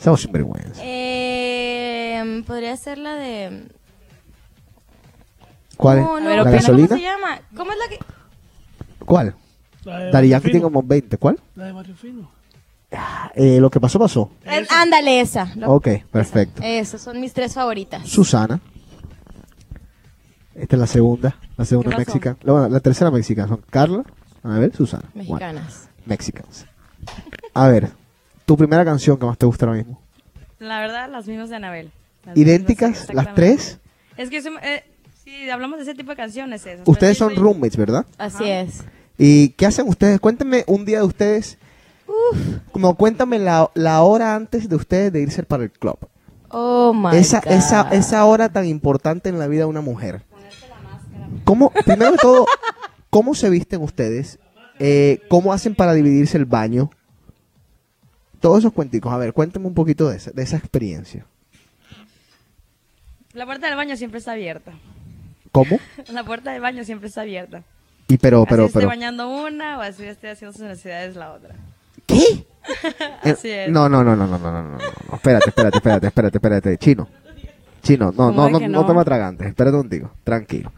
Speaker 11: Somos sinvergüenza.
Speaker 5: em, podría ser la de...
Speaker 11: ¿Cuál?
Speaker 5: No, no,
Speaker 11: ¿La
Speaker 5: pero
Speaker 11: gasolina?
Speaker 5: ¿Cómo se llama? ¿Cómo es la que...?
Speaker 11: ¿Cuál?
Speaker 8: La de
Speaker 11: Dari
Speaker 8: Barrio
Speaker 11: Yankee tiene
Speaker 8: Fino.
Speaker 11: como 20. ¿Cuál?
Speaker 8: La de Barrio Fino.
Speaker 11: Eh, lo que pasó, pasó.
Speaker 5: Eh, Ándale, esa. Lo-
Speaker 11: Ok, perfecto.
Speaker 5: Esas son mis tres favoritas.
Speaker 11: Susana. Esta es la segunda. La segunda
Speaker 5: ¿Qué pasó?
Speaker 11: mexicana. La, bueno, la tercera mexicana. Son Carla, Anabel, Susana. Bueno,
Speaker 5: Mexicanas.
Speaker 11: mexicanos. A ver, tu primera canción que más te gusta ahora mismo.
Speaker 13: La verdad, las mismas de Anabel. Las
Speaker 11: ¿Idénticas?
Speaker 13: mismas,
Speaker 11: ¿Las
Speaker 13: exactamente.
Speaker 11: tres?
Speaker 13: Es que soy- eh, si hablamos de ese tipo de canciones, esas. pero
Speaker 11: Ustedes
Speaker 13: sí
Speaker 11: son
Speaker 13: soy-
Speaker 11: roommates, ¿verdad?
Speaker 5: Así es.
Speaker 11: ¿Y qué hacen ustedes? Cuéntenme un día de ustedes. Como cuéntame la, la hora antes de ustedes de irse para el club.
Speaker 5: Oh, my
Speaker 11: Esa,
Speaker 5: God.
Speaker 11: esa, esa hora tan importante en la vida de una mujer. ¿Cómo, primero de todo, ¿cómo se visten ustedes? Eh, ¿Cómo hacen para dividirse el baño? Todos esos cuenticos. A ver, cuéntame un poquito de esa, de esa experiencia.
Speaker 13: La puerta del baño siempre está abierta. (laughs)
Speaker 11: ¿Cómo?
Speaker 13: La puerta del baño siempre está abierta.
Speaker 11: Y pero, pero,
Speaker 13: así esté
Speaker 11: pero.
Speaker 13: bañando una o así esté haciendo sus necesidades la otra.
Speaker 11: Eh,
Speaker 13: (laughs) Así es.
Speaker 11: No, no, no, no, no, no, no, no, no, no. Espérate, espérate, espérate, espérate, espérate. Chino. Chino, no, no,
Speaker 12: ¿Cómo
Speaker 11: no,
Speaker 12: que
Speaker 11: no
Speaker 12: no?
Speaker 11: te me atragantes. Espérate un tico. Tranquilo.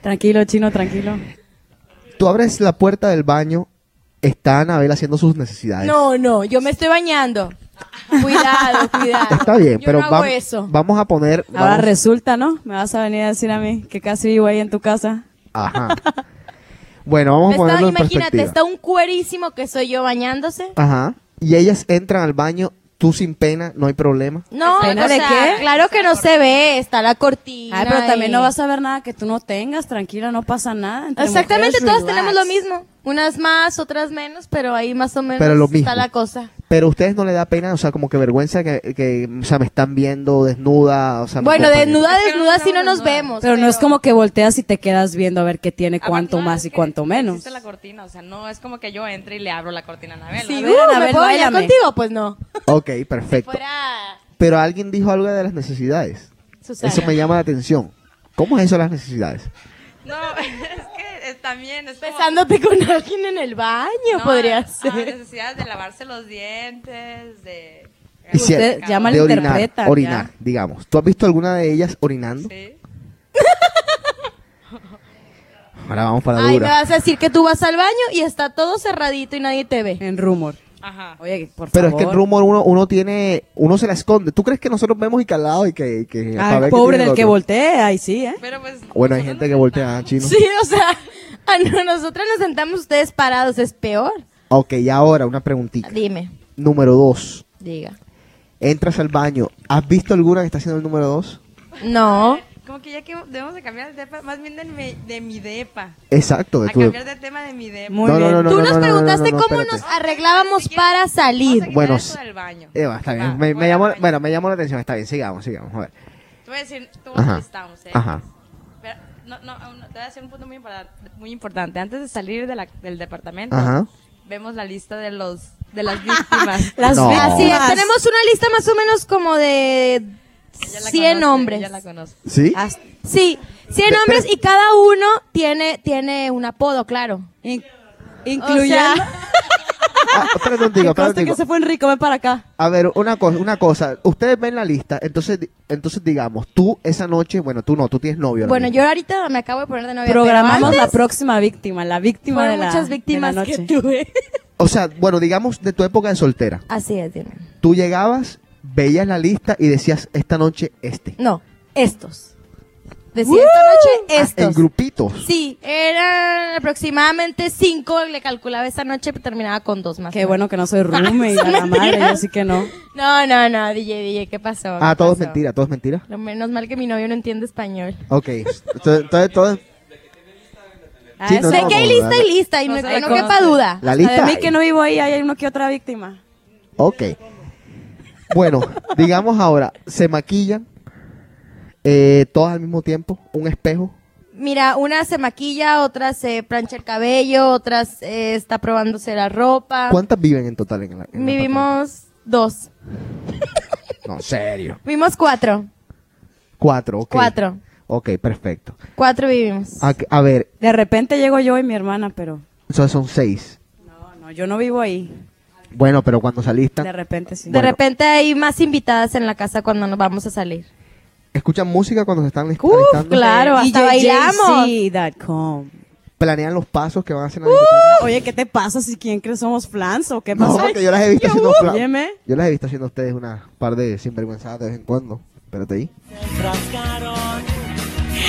Speaker 12: Tranquilo, chino, tranquilo.
Speaker 11: Tú abres la puerta del baño, está Anabel haciendo sus necesidades.
Speaker 5: No, no, yo me estoy bañando.
Speaker 11: (laughs)
Speaker 5: Cuidado, (laughs) cuidado.
Speaker 11: Está bien,
Speaker 5: Yo
Speaker 11: pero
Speaker 5: no hago
Speaker 11: vam-
Speaker 5: eso.
Speaker 11: vamos a poner.
Speaker 12: Ahora
Speaker 11: vamos-
Speaker 12: resulta, ¿no? Me vas a venir a decir a mí que casi vivo ahí en tu casa.
Speaker 11: Ajá. Bueno, vamos a
Speaker 5: Está-
Speaker 11: ponerlo en
Speaker 5: Pues, imagínate,
Speaker 11: perspectiva.
Speaker 5: está un cuerísimo que soy yo bañándose.
Speaker 11: Ajá. Y ellas entran al baño, tú sin pena, no hay problema.
Speaker 5: No,
Speaker 12: ¿Pena
Speaker 5: o
Speaker 12: de
Speaker 5: sea,
Speaker 12: qué?
Speaker 5: claro que no se ve, está la cortina.
Speaker 12: Ay, pero también
Speaker 5: y-
Speaker 12: no vas a ver nada que tú no tengas, tranquila, no pasa nada. Entre
Speaker 5: Exactamente,
Speaker 12: mujeres,
Speaker 5: todas
Speaker 12: relax.
Speaker 5: tenemos lo mismo. Unas más, otras menos, pero ahí más o menos
Speaker 11: Pero lo mismo.
Speaker 5: está la cosa.
Speaker 11: Pero a ustedes no le da pena, o sea, como que vergüenza que, que o sea, me están viendo desnuda, o sea, me
Speaker 5: Bueno,
Speaker 11: acompañan.
Speaker 5: desnuda, desnuda, si no nos vemos.
Speaker 12: Pero no es como que volteas y te quedas viendo a ver qué tiene, cuánto más y cuánto menos.
Speaker 13: Existe la cortina, o sea, no es como que yo entre y le abro la cortina a Anabel.
Speaker 5: Si
Speaker 13: ¿no?
Speaker 5: uh,
Speaker 12: ver, Anabel,
Speaker 5: me puedo bailar
Speaker 12: báilame.
Speaker 5: contigo, pues no.
Speaker 11: Ok, perfecto. Pero alguien dijo algo de las necesidades.
Speaker 5: Susana.
Speaker 11: Eso me llama la atención. ¿Cómo es eso las necesidades?
Speaker 13: No, (laughs) es que eh, también es como-
Speaker 5: Besándote con alguien en el baño,
Speaker 13: No,
Speaker 5: podría
Speaker 13: ah,
Speaker 5: ser.
Speaker 13: necesidad de lavarse los dientes, de...
Speaker 11: Y si-
Speaker 12: Usted ya
Speaker 11: de orinar,
Speaker 12: malinterpreta,
Speaker 11: orinar,
Speaker 12: ya.
Speaker 11: digamos. ¿Tú has visto alguna de ellas orinando?
Speaker 13: Sí.
Speaker 11: Ahora vamos para
Speaker 5: Ay, me
Speaker 11: dura.
Speaker 5: vas a decir que tú vas al baño y está todo cerradito y nadie te ve.
Speaker 12: En rumor.
Speaker 13: Ajá.
Speaker 12: Oye, por
Speaker 11: Pero es
Speaker 12: favor.
Speaker 11: que el rumor uno, uno tiene, uno se la esconde. ¿Tú crees que nosotros vemos y calado y que, y que
Speaker 12: Ay,
Speaker 11: para ver qué
Speaker 12: pobre
Speaker 11: tiene el
Speaker 12: del que
Speaker 11: otro?
Speaker 12: voltea, ahí sí, ¿eh?
Speaker 13: Pero pues...
Speaker 11: Bueno, hay gente que voltea ah, chino.
Speaker 5: Sí, o sea, a no- nosotras nos sentamos ustedes parados, es peor.
Speaker 11: Ok, y ahora una preguntita.
Speaker 5: Dime,
Speaker 11: Número dos.
Speaker 5: diga.
Speaker 11: Entras al baño. ¿Has visto alguna que está haciendo el número dos?
Speaker 5: No.
Speaker 13: Como que ya que debemos de cambiar el depa, más bien de mi, de mi depa.
Speaker 11: Exacto, de
Speaker 13: A
Speaker 11: tu-
Speaker 13: cambiar de tema de mi depa.
Speaker 11: No, no, no, no,
Speaker 5: Tú
Speaker 11: no,
Speaker 5: nos
Speaker 11: no, no, no,
Speaker 5: preguntaste
Speaker 11: no, no,
Speaker 5: cómo
Speaker 11: espérate.
Speaker 5: nos arreglábamos para salir.
Speaker 13: quitar
Speaker 11: Bueno,
Speaker 13: eso
Speaker 11: sí.
Speaker 13: del baño.
Speaker 11: Eva, está bien.
Speaker 13: Va,
Speaker 11: me, me
Speaker 13: voy al
Speaker 11: llamó,
Speaker 13: baño.
Speaker 11: bueno, me llamó la atención. Está bien, sigamos, sigamos. A ver.
Speaker 13: Te voy a decir, tú
Speaker 11: Ajá.
Speaker 13: estamos, ¿eh?
Speaker 11: Ajá.
Speaker 13: Pero, no, no, aún no, te voy a decir un punto muy, impar- muy importante. Antes de salir de la- del departamento,
Speaker 11: Ajá.
Speaker 13: vemos la lista de los de las
Speaker 5: (laughs)
Speaker 13: víctimas.
Speaker 12: Las
Speaker 11: No.
Speaker 12: víctimas.
Speaker 5: Así es, tenemos una lista más o menos como de
Speaker 13: Ya la
Speaker 5: 100
Speaker 13: conoce,
Speaker 5: hombres.
Speaker 13: Ya la conozco.
Speaker 11: ¿Sí?
Speaker 12: Hasta-
Speaker 5: Sí, 100 hombres y cada uno tiene, tiene un apodo, claro.
Speaker 12: in-
Speaker 5: O
Speaker 12: incluyendo.
Speaker 5: sea,
Speaker 11: Ah, espérate un
Speaker 12: que
Speaker 11: tico, espérate
Speaker 12: (laughs) conste
Speaker 11: un
Speaker 12: que
Speaker 11: tico.
Speaker 12: se fue Enrico, ven para acá.
Speaker 11: A ver, una cosa, una cosa. Ustedes ven la lista, entonces, di- entonces digamos, tú esa noche, bueno, tú no, tú tienes novio. ahora
Speaker 5: bueno,
Speaker 11: mismo.
Speaker 5: yo ahorita me acabo de poner de novia. pero
Speaker 12: Programamos la
Speaker 5: antes
Speaker 12: próxima víctima, la víctima de
Speaker 5: fueron
Speaker 12: la,
Speaker 5: muchas
Speaker 12: de la
Speaker 5: víctimas
Speaker 12: noche.
Speaker 5: que
Speaker 12: (laughs)
Speaker 5: tuve.
Speaker 11: O sea, bueno, digamos de tu época de soltera.
Speaker 5: Así es, Diana.
Speaker 11: Tú llegabas, veías la lista y decías, esta noche este.
Speaker 5: No, estos. Decía esta noche
Speaker 11: Ah, En
Speaker 5: estos.
Speaker 11: grupitos.
Speaker 5: Sí, eran aproximadamente cinco, le calculaba esa noche, pero terminaba con dos más.
Speaker 12: Qué bueno que
Speaker 5: (laughs)
Speaker 12: no soy roommate, a la madre, yo sí que no.
Speaker 5: No, no, no, DJ, DJ, ¿qué pasó?
Speaker 11: Ah,
Speaker 5: ¿Qué
Speaker 11: todo es
Speaker 5: pasó?
Speaker 11: mentira, todo es mentira.
Speaker 5: Lo menos mal que mi novio no entiende español.
Speaker 11: Ok. Entonces, entonces, todo es-
Speaker 5: Ah,
Speaker 11: Sí, no,
Speaker 5: de
Speaker 11: no,
Speaker 5: que hay
Speaker 11: no,
Speaker 5: lista
Speaker 11: no.
Speaker 5: y lista y no,
Speaker 12: No se
Speaker 5: no
Speaker 12: reconoce.
Speaker 5: quepa duda.
Speaker 11: La lista
Speaker 12: De mí
Speaker 11: hay.
Speaker 12: que no vivo ahí, hay uno que otra víctima.
Speaker 11: Ok. Bueno, digamos ahora, se maquillan eh, todas al mismo tiempo, un espejo.
Speaker 5: Mira, una se maquilla, otra se plancha el cabello, otra eh, está probándose la ropa.
Speaker 11: ¿Cuántas viven en total en la, en la
Speaker 5: Ah. Vivimos dos.
Speaker 11: patrulla? No, serio.
Speaker 5: Vivimos cuatro.
Speaker 11: Cuatro, ok.
Speaker 5: Cuatro.
Speaker 11: Ok, perfecto.
Speaker 5: Cuatro vivimos.
Speaker 11: A, a ver,
Speaker 12: De repente llego yo y mi hermana, pero
Speaker 11: eso son seis.
Speaker 12: no, no, yo no vivo ahí.
Speaker 11: Bueno, pero cuando saliste,
Speaker 12: De repente sí.
Speaker 5: De repente hay más invitadas en la casa cuando nos vamos a salir.
Speaker 11: ¿escuchan música cuando se están list- alistando?
Speaker 5: Claro, hasta bailamos.
Speaker 12: DJJC.com.
Speaker 11: ¿Planean los pasos que van a hacer en la
Speaker 12: Oye, ¿qué te pasa si quién crees somos flans o qué
Speaker 11: No,
Speaker 12: pasa?
Speaker 11: porque yo las he visto haciendo
Speaker 12: Yahoo.
Speaker 11: fla-
Speaker 12: Óyeme.
Speaker 11: Yo las he visto haciendo a ustedes una par de sinvergüenzadas de vez en cuando. Espérate ahí.
Speaker 14: enfrascaron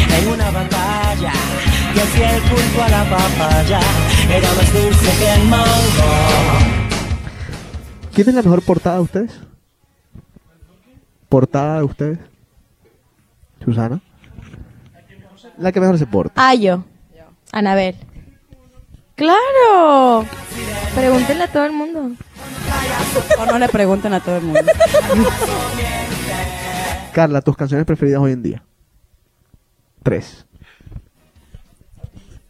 Speaker 14: en una batalla y así el culpo a la papaya era más dulce que el mango.
Speaker 11: ¿Quién es la mejor portada de ustedes? ¿Portada de ustedes? Susana. La que mejor se porta.
Speaker 5: Ayo. Ah, Anabel. Claro. Pregúntenle a todo el mundo.
Speaker 12: O no le pregunten a todo el mundo.
Speaker 11: Carla, tus canciones preferidas hoy en día. Tres.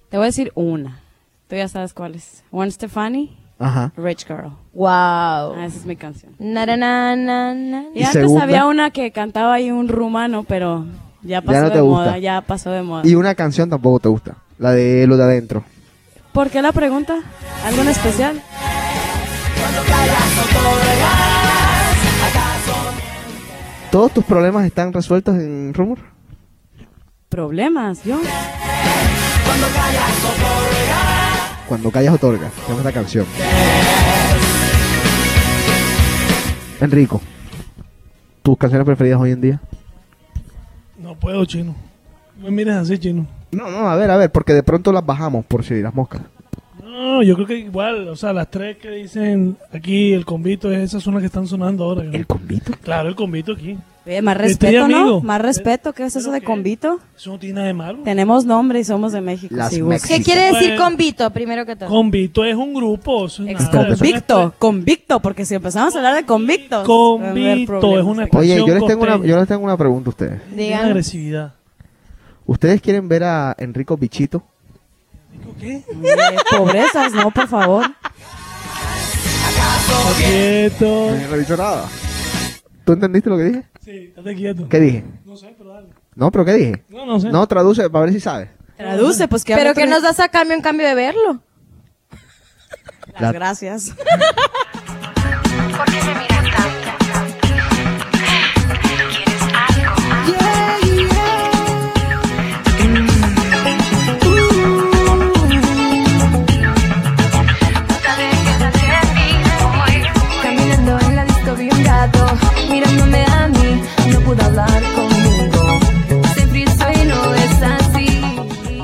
Speaker 12: Te voy a decir una. Tú ya sabes cuál es. One Stefani,
Speaker 11: Ajá.
Speaker 12: Rich Girl.
Speaker 5: Wow.
Speaker 12: Ah, esa es mi canción.
Speaker 5: Na, na, na, na, na.
Speaker 12: Y, antes
Speaker 11: segunda?
Speaker 12: había una que cantaba ahí un rumano, pero ya pasó
Speaker 11: Ya no te
Speaker 12: de
Speaker 11: gusta.
Speaker 12: moda. Ya pasó de moda.
Speaker 11: Y una canción tampoco te gusta. La de lo de adentro.
Speaker 12: ¿Por qué la pregunta? ¿Algo en especial?
Speaker 11: ¿Todos tus problemas están resueltos en Rumor?
Speaker 12: ¿Problemas? ¿Yo?
Speaker 11: Cuando callas otorga. Tenemos esta canción. Enrico, tus canciones preferidas hoy en día.
Speaker 8: No puedo, chino. Me miras así, chino.
Speaker 11: No, no, a ver, a ver, porque de pronto las bajamos por si las moscas.
Speaker 8: No, yo creo que igual, o sea, las tres que dicen aquí el convito, esas son las que están sonando ahora. ¿El
Speaker 11: convito?
Speaker 8: Claro, el convito aquí.
Speaker 12: Oye, Eh, más
Speaker 8: Estoy
Speaker 12: respeto, ¿no?
Speaker 8: amigo.
Speaker 12: Más respeto. ¿Qué es eso de convito?
Speaker 8: Eso no tiene nada de malo.
Speaker 12: Tenemos nombre y somos de México.
Speaker 8: Las
Speaker 12: si gustas.
Speaker 8: mexicanas. ¿Qué quiere decir
Speaker 12: Bueno,
Speaker 5: Convito, primero que todo.
Speaker 8: Convito es un grupo. Eso es nada, eso es
Speaker 12: Convicto, convicto, porque si empezamos a hablar de convictos. va a haber
Speaker 8: Convicto es
Speaker 12: problemas.
Speaker 8: una
Speaker 11: Oye, yo
Speaker 8: expresión
Speaker 11: les, tengo una,
Speaker 8: costeña.
Speaker 11: yo les tengo una pregunta a ustedes.
Speaker 8: Tiene agresividad.
Speaker 11: ¿Ustedes quieren ver a Enrico Bichito?
Speaker 8: ¿Qué?
Speaker 12: Eh, pobrezas, no, por favor.
Speaker 8: Quieto.
Speaker 11: No reviso nada. ¿Tú entendiste lo que dije?
Speaker 8: Sí, estate quieto.
Speaker 11: ¿Qué dije?
Speaker 8: No sé, pero dale.
Speaker 11: No, pero ¿qué dije?
Speaker 8: No, no sé.
Speaker 11: No, traduce para ver si sabes.
Speaker 12: Traduce, pues que
Speaker 5: Pero
Speaker 12: hable
Speaker 5: que
Speaker 12: otro-
Speaker 5: nos das a cambio en cambio de verlo.
Speaker 11: La-
Speaker 12: Las gracias.
Speaker 15: Caminando en la disco vi un gato mirándome a mí, no pudo hablar conmigo. Se frizó y no es así.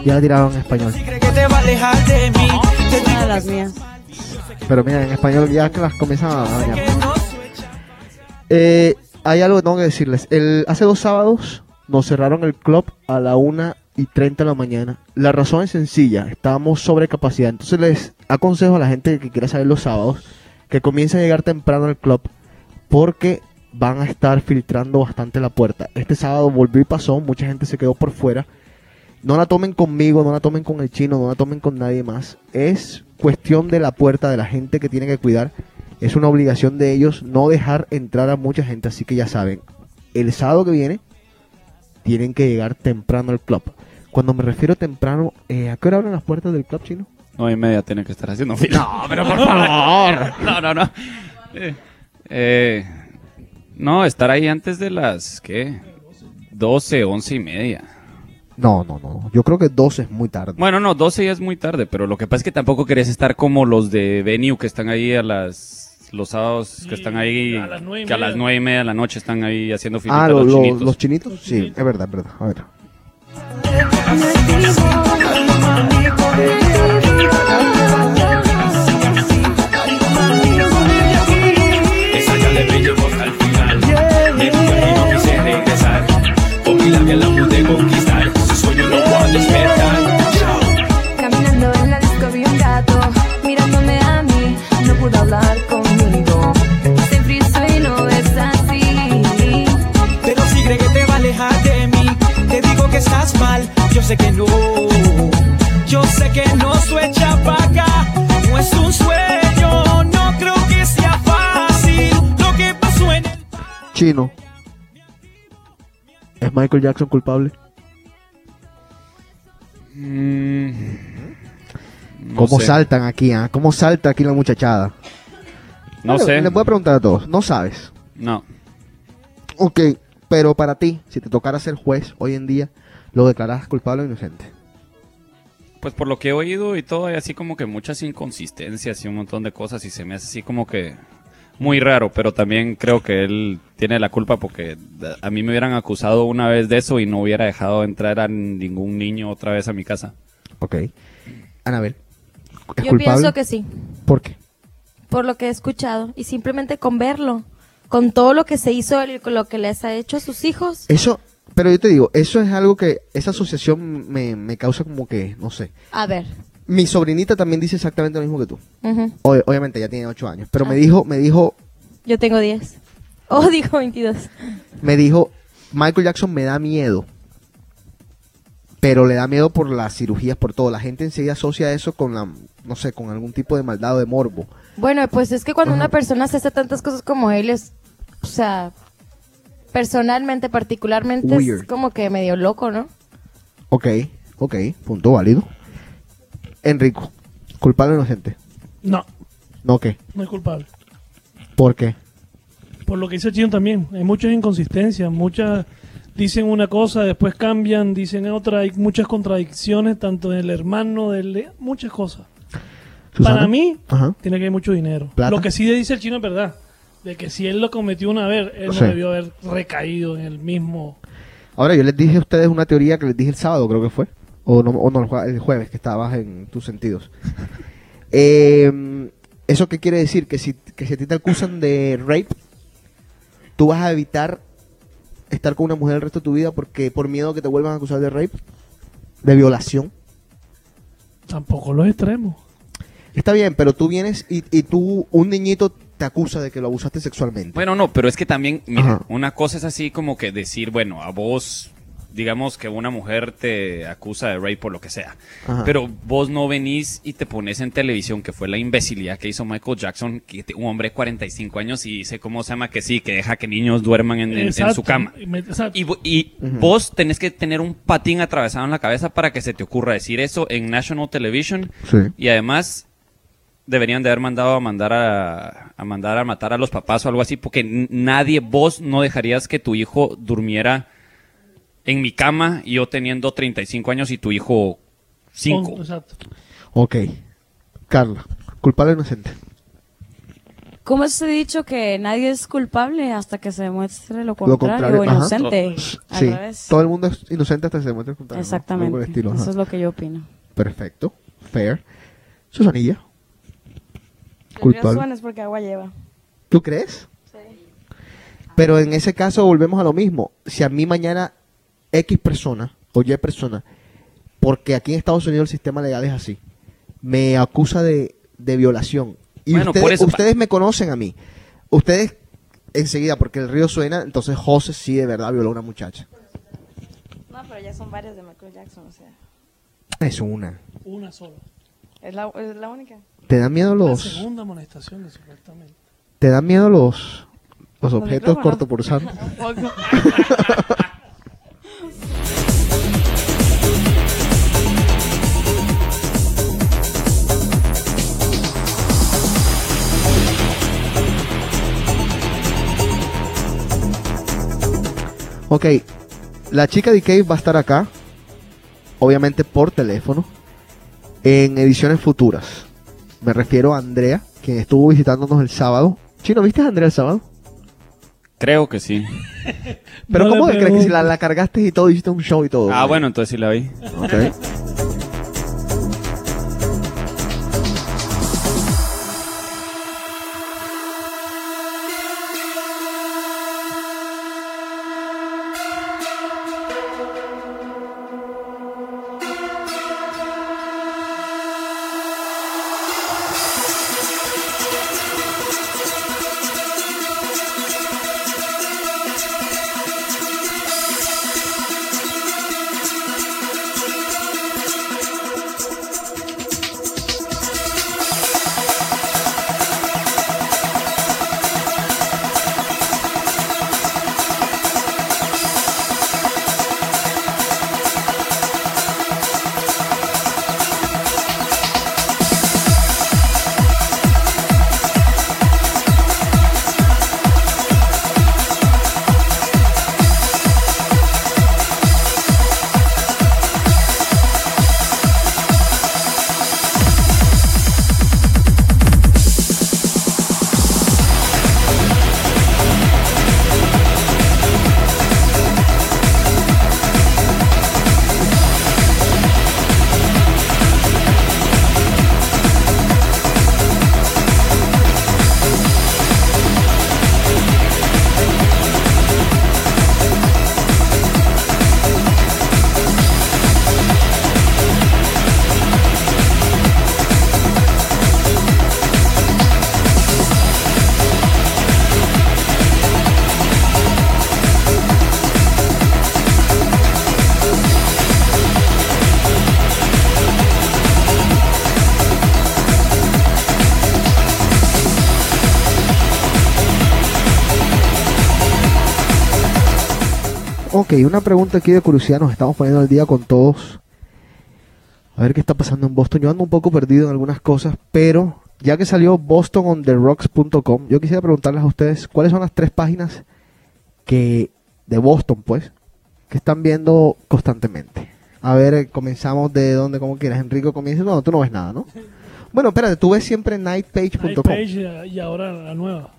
Speaker 11: Ya la tiraron en español.
Speaker 14: Que te va a alejar de mí. Te
Speaker 12: Una de Ah, las mías.
Speaker 11: Pero mira, en español ya que las comienzan a dañar. Eh, hay algo que tengo que decirles. El, hace dos sábados nos cerraron el club a la 1 y 30 de la mañana. La razón es sencilla, estábamos sobre capacidad. Entonces les aconsejo a la gente que quiera salir los sábados que comience a llegar temprano al club porque van a estar filtrando bastante la puerta. Este sábado volvió y pasó, mucha gente se quedó por fuera. No la tomen conmigo, no la tomen con el chino, no la tomen con nadie más. Es cuestión de la puerta, de la gente que tiene que cuidar. Es una obligación de ellos no dejar entrar a mucha gente, así que ya saben, el sábado que viene tienen que llegar temprano al club. Cuando me refiero temprano, eh, ¿a qué hora abren las puertas del club chino?
Speaker 7: No, y media tiene que estar haciendo fila.
Speaker 11: No, pero por favor.
Speaker 7: (laughs) No, no, no. Eh, eh, no, estar ahí antes de las, ¿qué? 12, 11 y media.
Speaker 11: No, no, no. Yo creo que 12 es muy tarde.
Speaker 7: Bueno, no, 12 ya es muy tarde, pero lo que pasa es que tampoco querías estar como los de Venue que están ahí a las los sábados que están ahí
Speaker 8: a las nueve y
Speaker 7: que a las
Speaker 8: media.
Speaker 7: nueve y media de la noche están ahí haciendo filita
Speaker 11: ah,
Speaker 7: los,
Speaker 11: lo- lo-
Speaker 7: chinitos.
Speaker 11: los chinitos. Sí, es verdad, es verdad. A ver.
Speaker 14: Esa ya le brillo hasta el final. Me fui y no quise regresar. Con mi labia la pude conquistar. Su sueño no puedo despertar.
Speaker 15: Caminando
Speaker 16: que estás mal, yo sé que no. Yo sé que no su hecha vaca, no es un sueño, no creo que sea fácil lo que pasó en el...
Speaker 11: Chino. ¿Es Michael Jackson culpable?
Speaker 7: Mm, No
Speaker 11: ¿Cómo
Speaker 7: sé.
Speaker 11: saltan aquí? ah? ¿Cómo salta aquí la muchachada?
Speaker 7: No
Speaker 11: Bueno,
Speaker 7: sé.
Speaker 11: Les voy a preguntar a todos. No sabes.
Speaker 7: No.
Speaker 11: Ok, pero para ti, si te tocara ser juez hoy en día, ¿lo declaras culpable o inocente?
Speaker 7: Pues por lo que he oído y todo, hay así como que muchas inconsistencias y un montón de cosas y se me hace así como que muy raro, pero también creo que él tiene la culpa porque a mí me hubieran acusado una vez de eso y no hubiera dejado entrar a ningún niño otra vez a mi casa.
Speaker 11: Ok. Anabel.
Speaker 5: Yo pienso que sí.
Speaker 11: ¿Por qué?
Speaker 5: por lo que he escuchado y simplemente con verlo, con todo lo que se hizo, el- lo que les ha hecho a sus hijos.
Speaker 11: Eso, pero yo te digo, eso es algo que esa asociación me, me causa como que, no sé.
Speaker 5: A ver.
Speaker 11: Mi sobrinita también dice exactamente lo mismo que tú.
Speaker 5: ujú.
Speaker 11: O- obviamente ya tiene ocho años,
Speaker 5: Ah.
Speaker 11: pero me dijo, me dijo,
Speaker 5: Yo tengo 10. Oh, (laughs) dijo 22.
Speaker 11: me dijo, Michael Jackson me da miedo. Pero le da miedo por las cirugías, por todo. La gente enseguida asocia eso con la, no sé, con algún tipo de maldad o de morbo.
Speaker 5: Bueno, pues es que cuando una persona se hace tantas cosas como él es, o sea, personalmente, particularmente,
Speaker 11: Weird.
Speaker 5: es como que medio loco, ¿no?
Speaker 11: Ok, ok, punto válido. Enrico, culpable o inocente.
Speaker 8: No,
Speaker 11: No, ¿qué?
Speaker 8: no es culpable.
Speaker 11: ¿Por qué?
Speaker 8: Por lo que dice Chino también, hay muchas inconsistencias, muchas dicen una cosa, después cambian, dicen otra, hay muchas contradicciones, tanto del hermano, del muchas cosas. Para mí,
Speaker 11: Ajá.
Speaker 8: tiene que haber mucho dinero.
Speaker 11: Plata.
Speaker 8: Lo que sí dice el chino es verdad, de que si él lo cometió una vez, él
Speaker 11: Sí.
Speaker 8: no debió haber recaído en el mismo.
Speaker 11: Ahora, yo les dije a ustedes una teoría que les dije el sábado, creo que fue. O no, o no, el jue- el jueves, que estabas en tus sentidos. Eh, ¿Eso qué quiere decir? Que si, que si a ti te acusan de rape, tú vas a evitar estar con una mujer el resto de tu vida porque por miedo a que te vuelvan a acusar de rape, de violación.
Speaker 8: Tampoco los extremos.
Speaker 11: Está bien, pero tú vienes y, y tú, un niñito te acusa de que lo abusaste sexualmente.
Speaker 7: Bueno, no, pero es que también, mira,
Speaker 11: Ajá.
Speaker 7: una cosa es así como que decir, bueno, a vos, digamos que una mujer te acusa de rape o lo que sea,
Speaker 17: Ajá.
Speaker 7: pero vos no venís y te pones en televisión, que fue la imbecilidad que hizo Michael Jackson, que te- un hombre de 45 años y dice, ¿cómo se llama? Que sí, que deja que niños duerman en, en- en
Speaker 8: Exacto.
Speaker 7: su cama.
Speaker 8: Y me- exacto.
Speaker 7: Y, vo- y vos tenés que tener un patín atravesado en la cabeza para que se te ocurra decir eso en National Television.
Speaker 11: Sí.
Speaker 7: Y además deberían de haber mandado a mandar a, a mandar a matar a los papás o algo así, porque n- nadie, vos no dejarías que tu hijo durmiera en mi cama y yo teniendo 35 años y tu hijo 5.
Speaker 8: Con- exacto.
Speaker 11: Ok. Carla, culpable o inocente.
Speaker 12: ¿Cómo se ha dicho que nadie es culpable hasta que se demuestre lo
Speaker 11: Lo
Speaker 12: contrario, o
Speaker 11: ajá.
Speaker 12: inocente? Al
Speaker 11: Sí,
Speaker 12: revés.
Speaker 11: todo el mundo es inocente hasta que se demuestre el contrario. ¿no? Algo
Speaker 12: Exactamente.
Speaker 11: por el estilo, ajá.
Speaker 12: Eso es lo que yo opino.
Speaker 11: Perfecto. Fair. Susanilla.
Speaker 13: Los
Speaker 11: Culpable.
Speaker 13: suenes porque agua lleva.
Speaker 11: ¿Tú crees? Pero en ese caso volvemos a lo mismo. Si a mí mañana X persona o Y persona, porque aquí en Estados Unidos el sistema legal es así, me acusa de, de violación. Y
Speaker 7: Bueno,
Speaker 11: ustedes,
Speaker 7: por eso-
Speaker 11: ustedes me conocen a mí. Ustedes enseguida, porque el río suena, entonces José sí de verdad violó a una muchacha.
Speaker 13: No, pero ya son varias de Michael Jackson, o sea,
Speaker 11: Es una.
Speaker 8: Una sola.
Speaker 13: es la, es la única.
Speaker 11: ¿Te dan miedo
Speaker 8: La
Speaker 11: los-
Speaker 8: segunda amonestación, supuestamente.
Speaker 11: ¿Te dan miedo los, los objetos
Speaker 8: micrófonos.
Speaker 11: cortopulsantes?
Speaker 8: (laughs) Un poco.
Speaker 11: Ok, la chica de Cave va a estar acá, obviamente por teléfono, en ediciones futuras. Me refiero a Andrea, quien estuvo visitándonos el sábado. Chino, ¿viste a Andrea el sábado?
Speaker 7: Creo que sí.
Speaker 11: Pero
Speaker 7: No le
Speaker 11: ¿cómo que crees que si
Speaker 7: pregunto.
Speaker 11: la, la cargaste y todo, hiciste un show y todo?
Speaker 7: Ah, bueno, entonces sí la vi.
Speaker 11: Ok.
Speaker 2: Thank you.
Speaker 11: Ok, una pregunta aquí de curiosidad, nos estamos poniendo al día con todos. A ver qué está pasando en Boston. Yo ando un poco perdido en algunas cosas, pero ya que salió bostonontherocks.com, yo quisiera preguntarles a ustedes cuáles son las tres páginas que de Boston, pues, que están viendo constantemente. A ver, eh, comenzamos de donde, como quieras. Enrico comienza. No, tú no ves nada, ¿no? Bueno, espérate, tú ves siempre
Speaker 8: Night
Speaker 11: nightpage.com.
Speaker 8: Page eh, y ahora la nueva.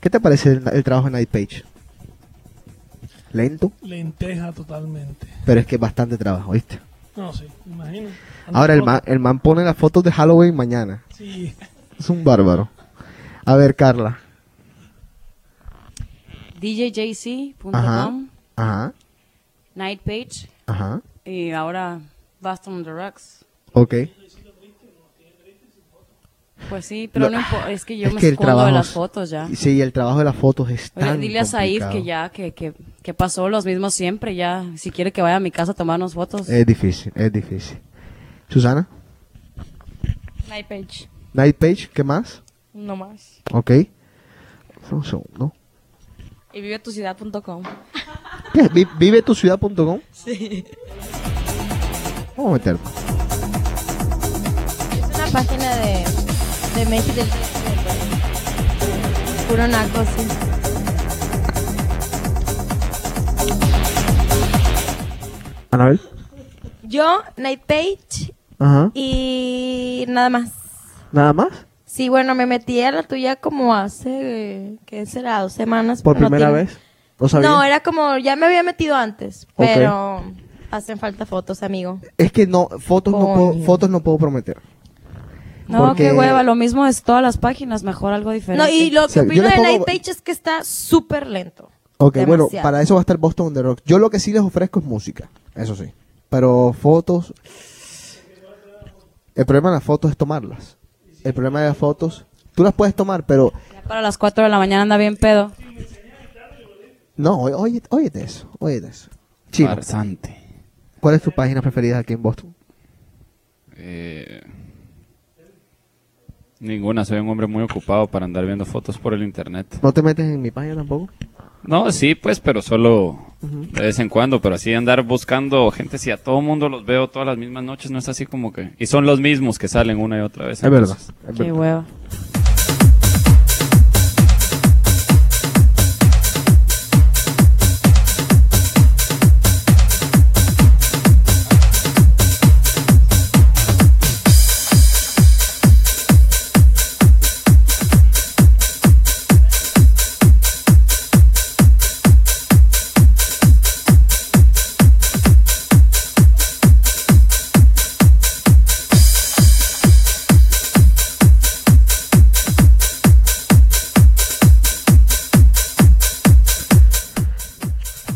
Speaker 11: ¿Qué te parece el, el trabajo de Nightpage? Lento,
Speaker 8: Lenteja totalmente.
Speaker 11: pero es que es bastante trabajo, ¿viste?
Speaker 8: No, sí, imagino. Ando
Speaker 11: Ahora el
Speaker 8: loco.
Speaker 11: man, el man pone las fotos de Halloween mañana.
Speaker 8: Sí.
Speaker 11: Es un bárbaro. A ver, Carla. Ajá.
Speaker 12: DJJC.com,
Speaker 11: Ajá.
Speaker 12: Night Page
Speaker 11: Ajá.
Speaker 12: y ahora Baston on the Rocks.
Speaker 11: Ok.
Speaker 12: Pues sí, pero
Speaker 11: Lo-
Speaker 12: no impo- es que yo
Speaker 11: es
Speaker 12: me
Speaker 11: que el
Speaker 12: escondo
Speaker 11: trabajo
Speaker 12: de
Speaker 11: es-
Speaker 12: las fotos ya.
Speaker 11: Sí, el trabajo de las fotos es
Speaker 12: Oye,
Speaker 11: tan
Speaker 12: dile a Said
Speaker 11: complicado.
Speaker 12: que ya, que, que, que pasó los mismos siempre, ya. Si quiere que vaya a mi casa a tomarnos fotos.
Speaker 11: Es difícil, es difícil. Susana,
Speaker 13: Night Page.
Speaker 11: Nightpage, ¿qué más?
Speaker 13: No más.
Speaker 11: Ok. Un segundo.
Speaker 13: Y vivetuciudad.com.
Speaker 11: ¿Qué? Vi- Vivetuciudad.com.
Speaker 13: Sí.
Speaker 11: Vamos a meterlo.
Speaker 5: Es una página de, de México. del- Puro naco, sí.
Speaker 11: Anabel.
Speaker 5: Yo, Night Page
Speaker 11: Ajá.
Speaker 5: y nada más.
Speaker 11: ¿Nada más?
Speaker 5: Sí, bueno, me metí a la tuya como hace, ¿qué será? Dos semanas.
Speaker 11: ¿Por
Speaker 5: pero no
Speaker 11: primera
Speaker 5: tiene-
Speaker 11: vez? No sabía.
Speaker 5: No, era como, ya me había metido antes,
Speaker 11: Ok.
Speaker 5: pero hacen falta fotos, amigo.
Speaker 11: Es que no, fotos no, puedo,
Speaker 5: Coño.
Speaker 11: fotos no puedo prometer.
Speaker 12: No,
Speaker 11: Porque-
Speaker 12: qué hueva, lo mismo es todas las páginas, mejor algo diferente.
Speaker 5: No, y lo
Speaker 11: O
Speaker 5: que
Speaker 11: sea, yo
Speaker 5: opino
Speaker 11: le
Speaker 5: de
Speaker 11: pongo-
Speaker 5: Night Page es que está súper lento.
Speaker 11: Ok, bueno,
Speaker 5: Demasiado.
Speaker 11: para eso va a estar Boston on the Rock. Yo lo que sí les ofrezco es música, eso sí. Pero fotos. El problema de las fotos es tomarlas. El problema de las fotos. Tú las puedes tomar, pero.
Speaker 12: Para las 4 de la mañana anda bien pedo.
Speaker 11: No, oye- oye, óyete eso, óyete eso. Chino,
Speaker 7: Farsante.
Speaker 11: ¿cuál es tu página preferida aquí en Boston?
Speaker 7: Eh, ninguna, soy un hombre muy ocupado para andar viendo fotos por el internet.
Speaker 11: ¿No te metes en mi página tampoco?
Speaker 7: No, sí, pues, pero solo de vez en cuando, pero así andar buscando gente, si a todo mundo los veo todas las mismas noches, no es así como que... Y son los mismos que salen una y otra vez.
Speaker 11: Es verdad,
Speaker 7: entonces-
Speaker 11: es
Speaker 12: Qué hueva.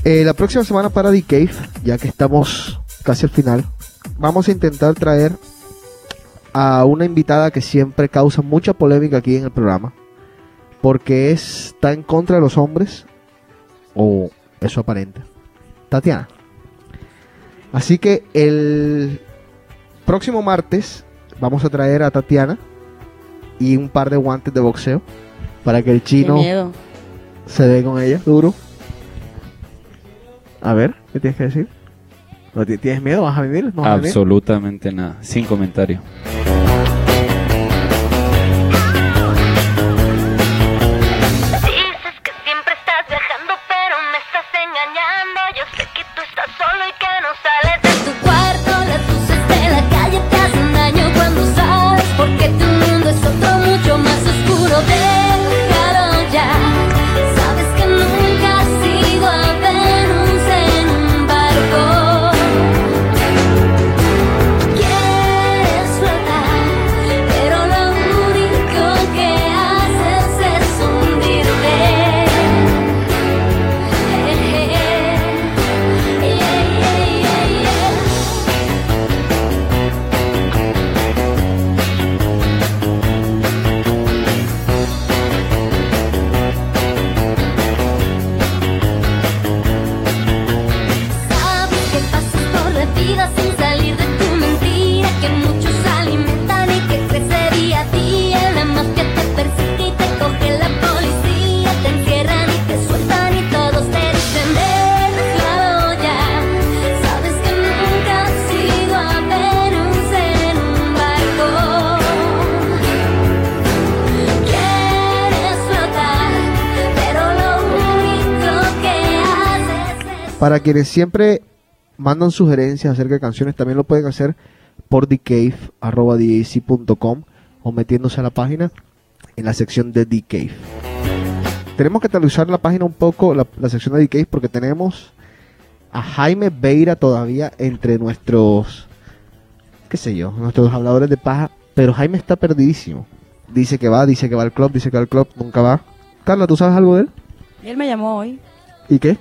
Speaker 11: Eh, la próxima semana para The Cave, ya que estamos casi al final, vamos a intentar traer a una invitada que siempre causa mucha polémica aquí en el programa, porque es- está en contra de los hombres, o eso aparenta. Tatiana. Así que el próximo martes vamos a traer a Tatiana y un par de guantes de boxeo para que el
Speaker 12: Qué
Speaker 11: chino
Speaker 12: miedo.
Speaker 11: se dé con ella, duro. A ver, ¿qué tienes que decir? ¿No ti- ¿Tienes miedo? ¿Vas a venir? ¿No vas a venir?
Speaker 7: Absolutamente nada, sin comentario.
Speaker 4: Dices que siempre estás viajando, pero me estás engañando. Yo sé que tú estás solo y que no sales de tu cuarto. Las luces de la calle te hacen daño cuando sales, porque tu mundo es otro mucho más oscuro. Déjalo ya. Sabes que nunca has sido a Venus en un barco. Quieres flotar. Eh, eh,
Speaker 11: Para quienes siempre mandan sugerencias acerca de canciones, también lo pueden hacer por thecave.com o metiéndose a la página en la sección de The Cave. Tenemos que actualizar la página un poco, la, la sección de The Cave, porque tenemos a Jaime Beira todavía entre nuestros, qué sé yo, nuestros habladores de paja, pero Jaime está perdidísimo. Dice que va, dice que va al club, dice que va al club, nunca va. Carla, ¿tú sabes algo de él?
Speaker 12: Él me llamó hoy.
Speaker 11: ¿Y qué?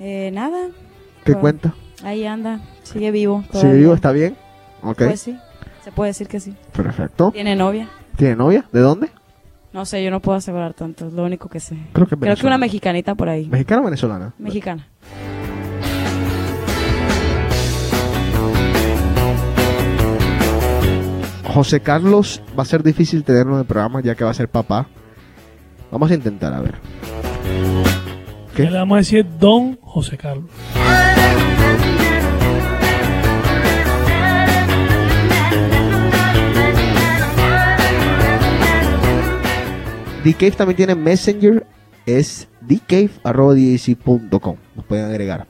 Speaker 12: Eh, nada.
Speaker 11: ¿Qué
Speaker 12: Pues,
Speaker 11: cuenta?
Speaker 12: Ahí anda. Sigue vivo.
Speaker 11: ¿Si
Speaker 12: todavía.
Speaker 11: vivo? ¿Está bien? Ok.
Speaker 12: Pues sí. Se puede decir que sí.
Speaker 11: Perfecto.
Speaker 12: Tiene novia.
Speaker 11: ¿Tiene novia? ¿De dónde?
Speaker 12: No sé, yo no puedo asegurar tanto. Es lo único que sé.
Speaker 11: Creo que es
Speaker 12: Creo que
Speaker 11: venezolana.
Speaker 12: una mexicanita por ahí.
Speaker 11: ¿Mexicana o venezolana?
Speaker 12: Mexicana.
Speaker 11: José Carlos va a ser difícil tenerlo en el programa ya que va a ser papá. Vamos a intentar, a ver.
Speaker 8: Que le vamos a decir Don José Carlos.
Speaker 11: Dcave también tiene Messenger, es dcave.com. Nos pueden agregar.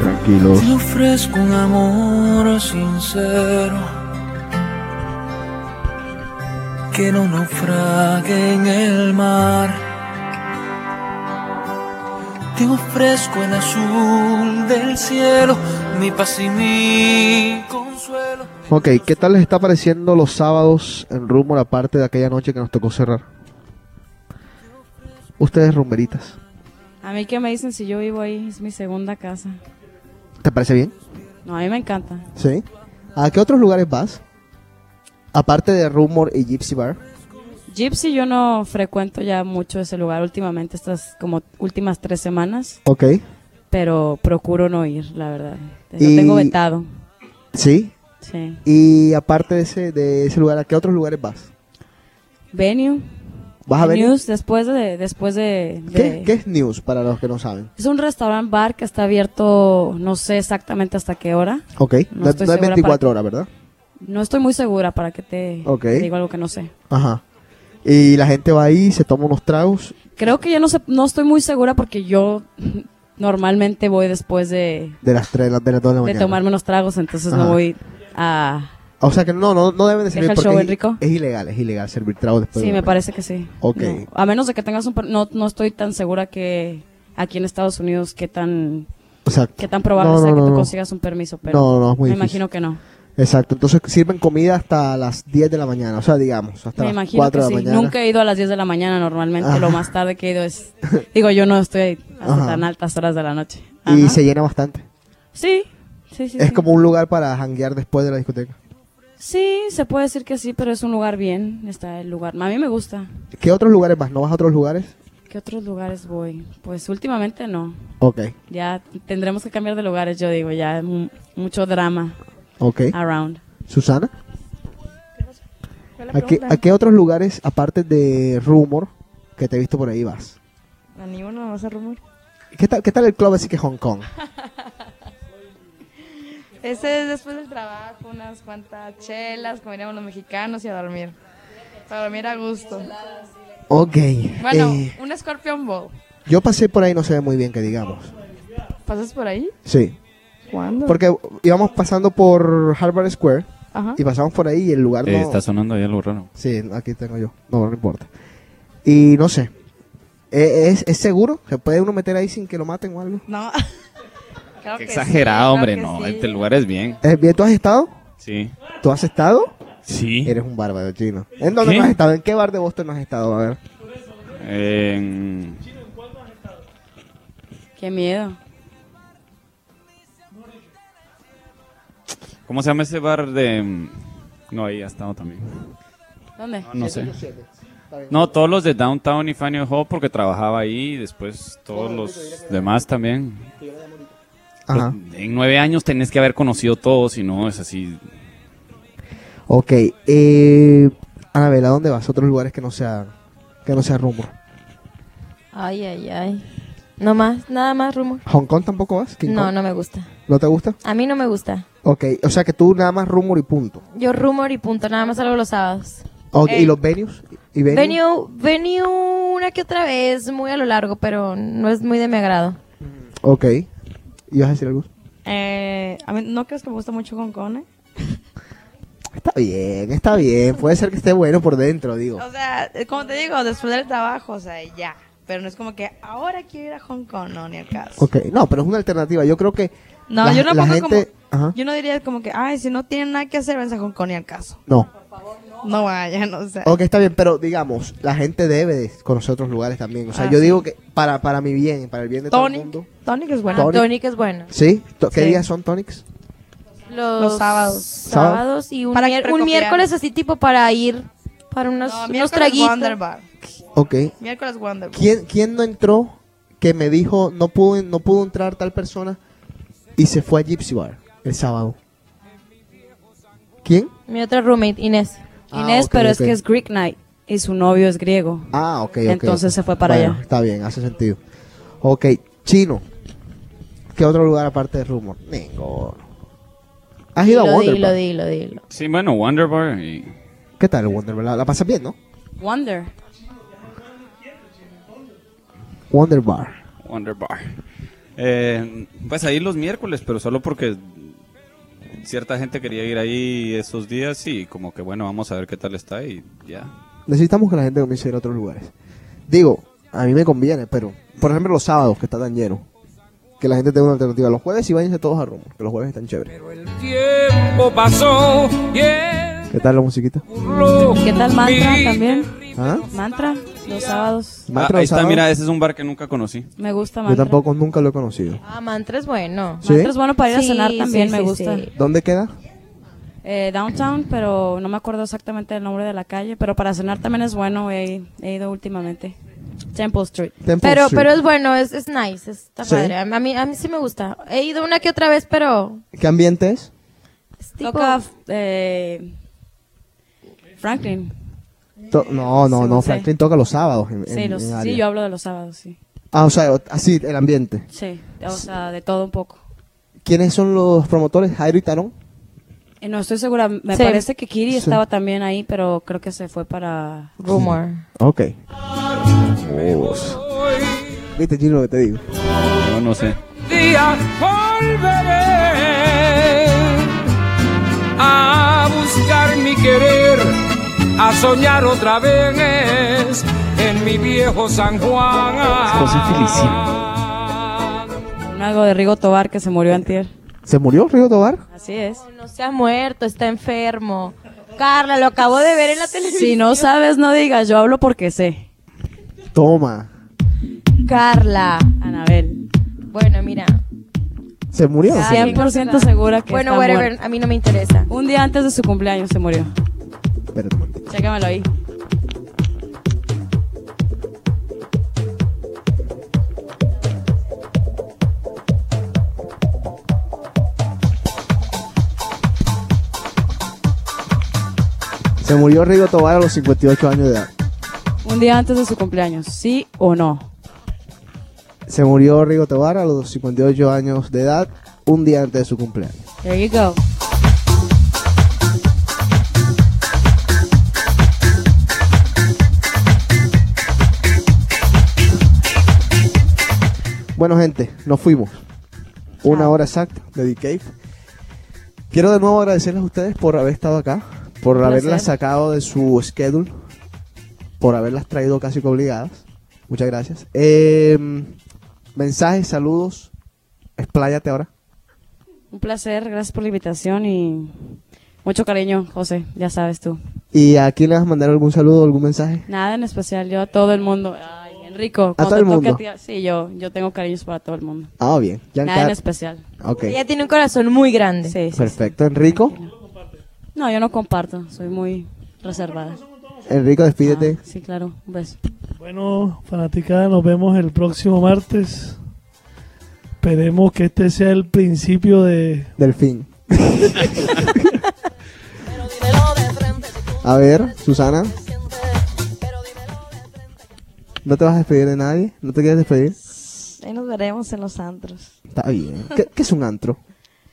Speaker 11: Tranquilos.
Speaker 16: Te ofrezco un amor sincero que no naufrague en el mar. Te ofrezco el azul del cielo, mi paz y mi consuelo.
Speaker 11: Ok, ¿qué tal les está pareciendo los sábados en rumbo a la parte de aquella noche que nos tocó cerrar? Ustedes rumberitas,
Speaker 12: A mí que me dicen si yo vivo ahí, es mi segunda casa.
Speaker 11: ¿te parece bien?
Speaker 12: No, a mí me encanta.
Speaker 11: Sí. ¿A qué otros lugares vas? Aparte de Rumor y Gypsy Bar.
Speaker 12: Gypsy yo no frecuento ya mucho ese lugar últimamente, estas como últimas tres semanas,
Speaker 11: Ok.
Speaker 12: pero procuro no ir, la verdad. Lo
Speaker 11: Y-
Speaker 12: tengo vetado.
Speaker 11: ¿Sí?
Speaker 12: Sí.
Speaker 11: Y aparte de ese, de ese lugar, ¿a qué otros lugares vas?
Speaker 12: Venue.
Speaker 11: ¿Vas a venir?
Speaker 12: News después de... Después de,
Speaker 11: ¿Qué,
Speaker 12: de-
Speaker 11: qué es News para los que no saben?
Speaker 12: Es un restaurant bar que está abierto, no sé exactamente hasta qué hora.
Speaker 11: Ok.
Speaker 12: No
Speaker 11: No,
Speaker 12: estoy
Speaker 11: no es
Speaker 12: segura
Speaker 11: 24
Speaker 12: para-
Speaker 11: horas, ¿verdad?
Speaker 12: No estoy muy segura para que te,
Speaker 11: Ok.
Speaker 12: te digo algo que no sé.
Speaker 11: Ajá. Y la gente va ahí, se toma unos tragos.
Speaker 12: Creo que ya no sé, no estoy muy segura porque yo (laughs) normalmente voy después de,
Speaker 11: De las 3 de las, de las 2 de la
Speaker 12: de
Speaker 11: mañana.
Speaker 12: tomarme unos tragos, entonces
Speaker 11: Ajá.
Speaker 12: no voy a...
Speaker 11: O sea que no, no, no deben de servir
Speaker 12: ¿Deja el
Speaker 11: porque
Speaker 12: show,
Speaker 11: es-
Speaker 12: Enrico?
Speaker 11: es, ilegal, es ilegal servir tragos después
Speaker 12: Sí,
Speaker 11: de
Speaker 12: me
Speaker 11: una-
Speaker 12: parece que sí.
Speaker 11: Ok.
Speaker 12: No, a menos de que tengas un... per- No, no estoy tan segura que aquí en Estados Unidos qué tan,
Speaker 11: Exacto.
Speaker 12: qué tan probable
Speaker 11: No,
Speaker 12: sea
Speaker 11: no,
Speaker 12: que
Speaker 11: no,
Speaker 12: tú
Speaker 11: no.
Speaker 12: consigas un permiso, pero
Speaker 11: No, no, es muy difícil.
Speaker 12: me imagino que no.
Speaker 11: Exacto, entonces sirven comida hasta las 10 de la mañana, o sea, digamos, hasta
Speaker 12: Me
Speaker 11: las
Speaker 12: imagino
Speaker 11: 4
Speaker 12: que
Speaker 11: de
Speaker 12: sí.
Speaker 11: la mañana.
Speaker 12: Nunca he ido a las 10 de la mañana normalmente.
Speaker 11: Ajá.
Speaker 12: Lo más tarde que he ido es... Digo, yo no estoy hasta
Speaker 11: Ajá.
Speaker 12: tan altas horas de la noche.
Speaker 11: Y se llena bastante.
Speaker 12: Sí, sí, sí.
Speaker 11: es
Speaker 12: sí.
Speaker 11: como un lugar para hanguear después de la discoteca.
Speaker 12: Sí, se puede decir que sí, pero es un lugar bien. Está el lugar. A mí me gusta.
Speaker 11: ¿Qué otros lugares vas? ¿No vas a otros lugares?
Speaker 12: ¿Qué otros lugares voy? Pues últimamente no.
Speaker 11: Ok,
Speaker 12: Ya tendremos que cambiar de lugares, yo digo. Ya mu- mucho drama
Speaker 11: ok.
Speaker 12: around.
Speaker 11: Susana,
Speaker 17: ¿Cuál es
Speaker 11: ¿a
Speaker 17: la
Speaker 11: qué,
Speaker 17: pregunta?
Speaker 11: a qué otros lugares, aparte de Rumor, que te he visto por ahí, vas?
Speaker 17: A ninguno más a rumor.
Speaker 11: ¿Qué tal, qué tal el club así que Hong
Speaker 12: (laughs)
Speaker 11: Kong?
Speaker 13: Ese es después del trabajo, unas cuantas chelas, comeríamos los mexicanos y a dormir. Para dormir a gusto.
Speaker 11: Ok.
Speaker 13: Bueno,
Speaker 11: eh,
Speaker 13: un Scorpion Bowl.
Speaker 11: yo pasé por ahí, no se ve muy bien que digamos.
Speaker 13: ¿Pasas por ahí?
Speaker 11: Sí.
Speaker 13: ¿Cuándo?
Speaker 11: Porque íbamos pasando por Harvard Square
Speaker 13: Ajá.
Speaker 11: y pasamos por ahí y el lugar
Speaker 7: Eh,
Speaker 11: no...
Speaker 7: Está sonando ya algo raro.
Speaker 11: Sí, aquí tengo yo. No, no importa. Y no sé. ¿E- ¿Es, es seguro? ¿Se puede uno meter ahí sin que lo maten o algo?
Speaker 13: No. Claro que sí, claro
Speaker 7: Exagerado, hombre,
Speaker 13: que
Speaker 7: no.
Speaker 13: sí.
Speaker 7: Este lugar es bien.
Speaker 11: Eh, bien, ¿Tú has estado?
Speaker 7: Sí.
Speaker 11: ¿Tú has estado?
Speaker 7: Sí.
Speaker 11: Eres un bárbaro chino. ¿En dónde no has estado? ¿En qué bar de Boston no has estado? A ver.
Speaker 7: En-
Speaker 12: Qué miedo.
Speaker 7: ¿Cómo se llama ese bar de.? No, ahí ha estado también.
Speaker 12: ¿Dónde?
Speaker 7: No, no sé. No, todos los de Downtown y Fanny Hall porque trabajaba ahí y después todos los demás también.
Speaker 11: Ajá.
Speaker 7: Pues, en nueve años tenés que haber conocido todos, si no es así.
Speaker 11: Ok. Eh, Anabel, ¿a dónde vas? Otros lugares que no sea, que no sea rumbo.
Speaker 5: Ay, ay, ay. No más, nada más rumor.
Speaker 11: ¿Hong Kong tampoco vas? ¿King
Speaker 5: No,
Speaker 11: Kong?
Speaker 5: no me gusta.
Speaker 11: ¿No te gusta?
Speaker 5: A mí no me gusta.
Speaker 11: Ok, o sea que tú nada más rumor y punto.
Speaker 5: Yo rumor y punto, nada más salgo los sábados.
Speaker 11: Ok,
Speaker 5: Eh,
Speaker 11: ¿Y los venues? ¿Y venue?
Speaker 5: Venue, venue una que otra vez, muy a lo largo, pero no es muy de mi agrado.
Speaker 11: Ok. ¿Y vas a decir algo?
Speaker 17: Eh, a mí, ¿No crees que me gusta mucho Hong Kong? eh?
Speaker 11: Está bien, está bien. Puede ser que esté bueno por dentro, digo.
Speaker 17: O sea, eh, como te digo, después del trabajo, o sea, ya. Pero no es como que ahora quiero ir a Hong Kong, no, ni al caso.
Speaker 11: Ok, no, pero es una alternativa. Yo creo que.
Speaker 17: No,
Speaker 11: la-
Speaker 17: yo no
Speaker 11: la
Speaker 17: pongo
Speaker 11: gente...
Speaker 17: como.
Speaker 11: Ajá.
Speaker 17: Yo no diría como que, ay, si no tienen nada que hacer, vense a Hong Kong, ni al caso.
Speaker 11: No.
Speaker 17: No vayan, o sea.
Speaker 11: Ok, está bien, pero digamos, la gente debe de conocer otros lugares también. O sea,
Speaker 17: Ah,
Speaker 11: yo
Speaker 17: sí.
Speaker 11: digo que para, para mi bien, para el bien de todo el
Speaker 17: Tonic.
Speaker 11: mundo.
Speaker 17: Tonic es bueno.
Speaker 11: Tonic.
Speaker 5: Tonic es bueno.
Speaker 11: ¿Sí? To- ¿Qué
Speaker 5: Sí.
Speaker 11: días son tonics?
Speaker 5: Los,
Speaker 17: Los sábados.
Speaker 5: Sábados y un,
Speaker 17: Para
Speaker 5: mier- un
Speaker 17: recopilar.
Speaker 5: miércoles así tipo para ir para unos,
Speaker 17: No,
Speaker 5: unos
Speaker 17: miércoles
Speaker 5: traguitos.
Speaker 17: Wonder Bar.
Speaker 11: Ok.
Speaker 17: Miércoles Wonder Bar.
Speaker 11: ¿Quién, ¿Quién no entró que me dijo no pudo, no pudo entrar tal persona y se fue a Gypsy Bar el sábado? ¿Quién?
Speaker 5: Mi otra roommate, Inés.
Speaker 11: Ah,
Speaker 12: Inés,
Speaker 11: ok,
Speaker 12: pero
Speaker 11: ok.
Speaker 12: es que es Greek Night y su novio es griego.
Speaker 11: Ah, ok, ok.
Speaker 12: Entonces se fue para
Speaker 11: Bueno,
Speaker 12: allá.
Speaker 11: Está bien, hace sentido. Ok, chino. ¿Qué otro lugar aparte de Rumor? Ninguno. ¿Has ido a
Speaker 5: Dilo,
Speaker 11: Wonder
Speaker 5: dilo,
Speaker 11: Bar?
Speaker 5: dilo, dilo.
Speaker 7: Sí, bueno, Wonder Bar y...
Speaker 11: ¿Qué tal el Wonder Bar? ¿La, la pasas bien, no?
Speaker 12: Wonder.
Speaker 11: Wonder Bar.
Speaker 7: Wonder Bar. Eh, pues ahí los miércoles, pero solo porque cierta gente quería ir ahí esos días y como que bueno, vamos a ver qué tal está y ya.
Speaker 11: Necesitamos que la gente comience a ir a otros lugares. Digo, a mí me conviene, pero... Por ejemplo, los sábados, que está tan lleno. Que la gente tenga una alternativa. Los jueves y váyanse todos a Rumor, que los jueves están chéveres.
Speaker 16: Tiempo pasó y él
Speaker 11: ¿Qué tal la musiquita?
Speaker 16: burló
Speaker 12: ¿Qué tal Mantra
Speaker 16: mi-
Speaker 12: también?
Speaker 11: ¿Ah?
Speaker 12: Mantra, los sábados.
Speaker 7: Ah,
Speaker 11: Mantra
Speaker 7: ahí
Speaker 11: los
Speaker 7: está,
Speaker 11: sábados.
Speaker 7: mira, ese es un bar que nunca conocí.
Speaker 12: Me gusta
Speaker 11: Yo
Speaker 12: Mantra.
Speaker 11: tampoco nunca lo he conocido.
Speaker 5: Ah, mantra es bueno.
Speaker 11: ¿Sí? Mantra es
Speaker 12: bueno para ir a cenar también, me gusta.
Speaker 11: ¿Dónde queda?
Speaker 12: Eh, downtown, pero no me acuerdo exactamente el nombre de la calle, pero para cenar también es bueno, he, he ido últimamente. Temple Street.
Speaker 11: Temple
Speaker 5: Pero,
Speaker 11: Street.
Speaker 5: pero es bueno, es, es nice, está
Speaker 11: ¿Sí?
Speaker 5: padre. A mí- a mí, a mí sí me gusta. He ido una que otra vez, pero
Speaker 11: ¿Qué ambiente es?
Speaker 5: es tipo-
Speaker 12: Toca eh, Franklin.
Speaker 11: To- no, no,
Speaker 12: Sí,
Speaker 11: no.
Speaker 12: sí.
Speaker 11: Franklin toca los sábados. En,
Speaker 12: Sí,
Speaker 11: en-
Speaker 12: los-
Speaker 11: en
Speaker 12: sí,
Speaker 11: área.
Speaker 12: yo hablo de los sábados, sí.
Speaker 11: Ah, o sea, o- así, el ambiente.
Speaker 12: Sí, o sea, de todo un poco.
Speaker 11: ¿Quiénes son los promotores? Jairo y Tarón.
Speaker 12: Eh, no estoy segura, me
Speaker 5: Sí.
Speaker 12: parece que Kiri
Speaker 5: Sí.
Speaker 12: estaba también ahí, pero creo que se fue para...
Speaker 5: Rumor.
Speaker 11: Ok. Viste, Chino, lo que te digo.
Speaker 7: No, no sé.
Speaker 16: día volveré a buscar mi querer, a soñar otra vez en mi viejo San Juan.
Speaker 12: José Un algo de Rigo Tobar que se murió antier.
Speaker 11: ¿Se murió Río Tobar?
Speaker 12: Así es.
Speaker 5: No se ha muerto, está enfermo. Carla, lo acabo de ver en la televisión.
Speaker 12: Si no sabes, no digas, yo hablo porque sé.
Speaker 11: Toma.
Speaker 5: Carla.
Speaker 12: Anabel.
Speaker 5: Bueno, mira.
Speaker 11: ¿Se murió?
Speaker 12: 100% segura que
Speaker 5: Bueno,
Speaker 12: está
Speaker 5: whatever,
Speaker 12: muerta.
Speaker 5: a mí no me interesa.
Speaker 12: Un día antes de su cumpleaños se murió.
Speaker 11: Espérate un momento.
Speaker 12: Chécamelo ahí.
Speaker 11: Se murió Río Tobar a los 58 años de edad.
Speaker 12: Un día antes de su cumpleaños, ¿sí o no?
Speaker 11: Se murió Río Tobar a los 58 años de edad, un día antes de su cumpleaños.
Speaker 12: There you go.
Speaker 11: Bueno, gente, nos fuimos. Una hora exacta de The Cave. Quiero de nuevo agradecerles a ustedes por haber estado acá, por
Speaker 1: placer.
Speaker 11: haberlas sacado de su schedule, por haberlas traído casi que obligadas. Muchas gracias. Eh, mensajes, saludos. Expláyate ahora.
Speaker 12: Un placer, gracias por la invitación y mucho cariño, José, ya sabes tú.
Speaker 11: ¿Y a quién le vas a mandar algún saludo, algún mensaje?
Speaker 12: Nada en especial, yo a todo el mundo. Ay, Enrico,
Speaker 11: ¿A todo el
Speaker 12: cuando te toque
Speaker 11: mundo?
Speaker 12: a ti- sí, yo, yo tengo cariños para todo el mundo.
Speaker 11: Ah, bien.
Speaker 12: Nada en
Speaker 11: Giancar-
Speaker 12: especial.
Speaker 11: Ok.
Speaker 5: Ella tiene un corazón muy grande. Sí,
Speaker 11: Perfecto. Enrico.
Speaker 12: No, yo no comparto, soy muy reservada. Ah,
Speaker 11: Enrico, despídete.
Speaker 12: Sí, claro, un beso.
Speaker 8: Bueno, fanaticada, nos vemos el próximo martes. Esperemos que este sea el principio de...
Speaker 11: Del fin. A ver, Susana. ¿No te vas a despedir de nadie? ¿No te quieres despedir?
Speaker 18: Ahí nos veremos en los antros.
Speaker 11: Está bien. ¿Qué, qué es un antro?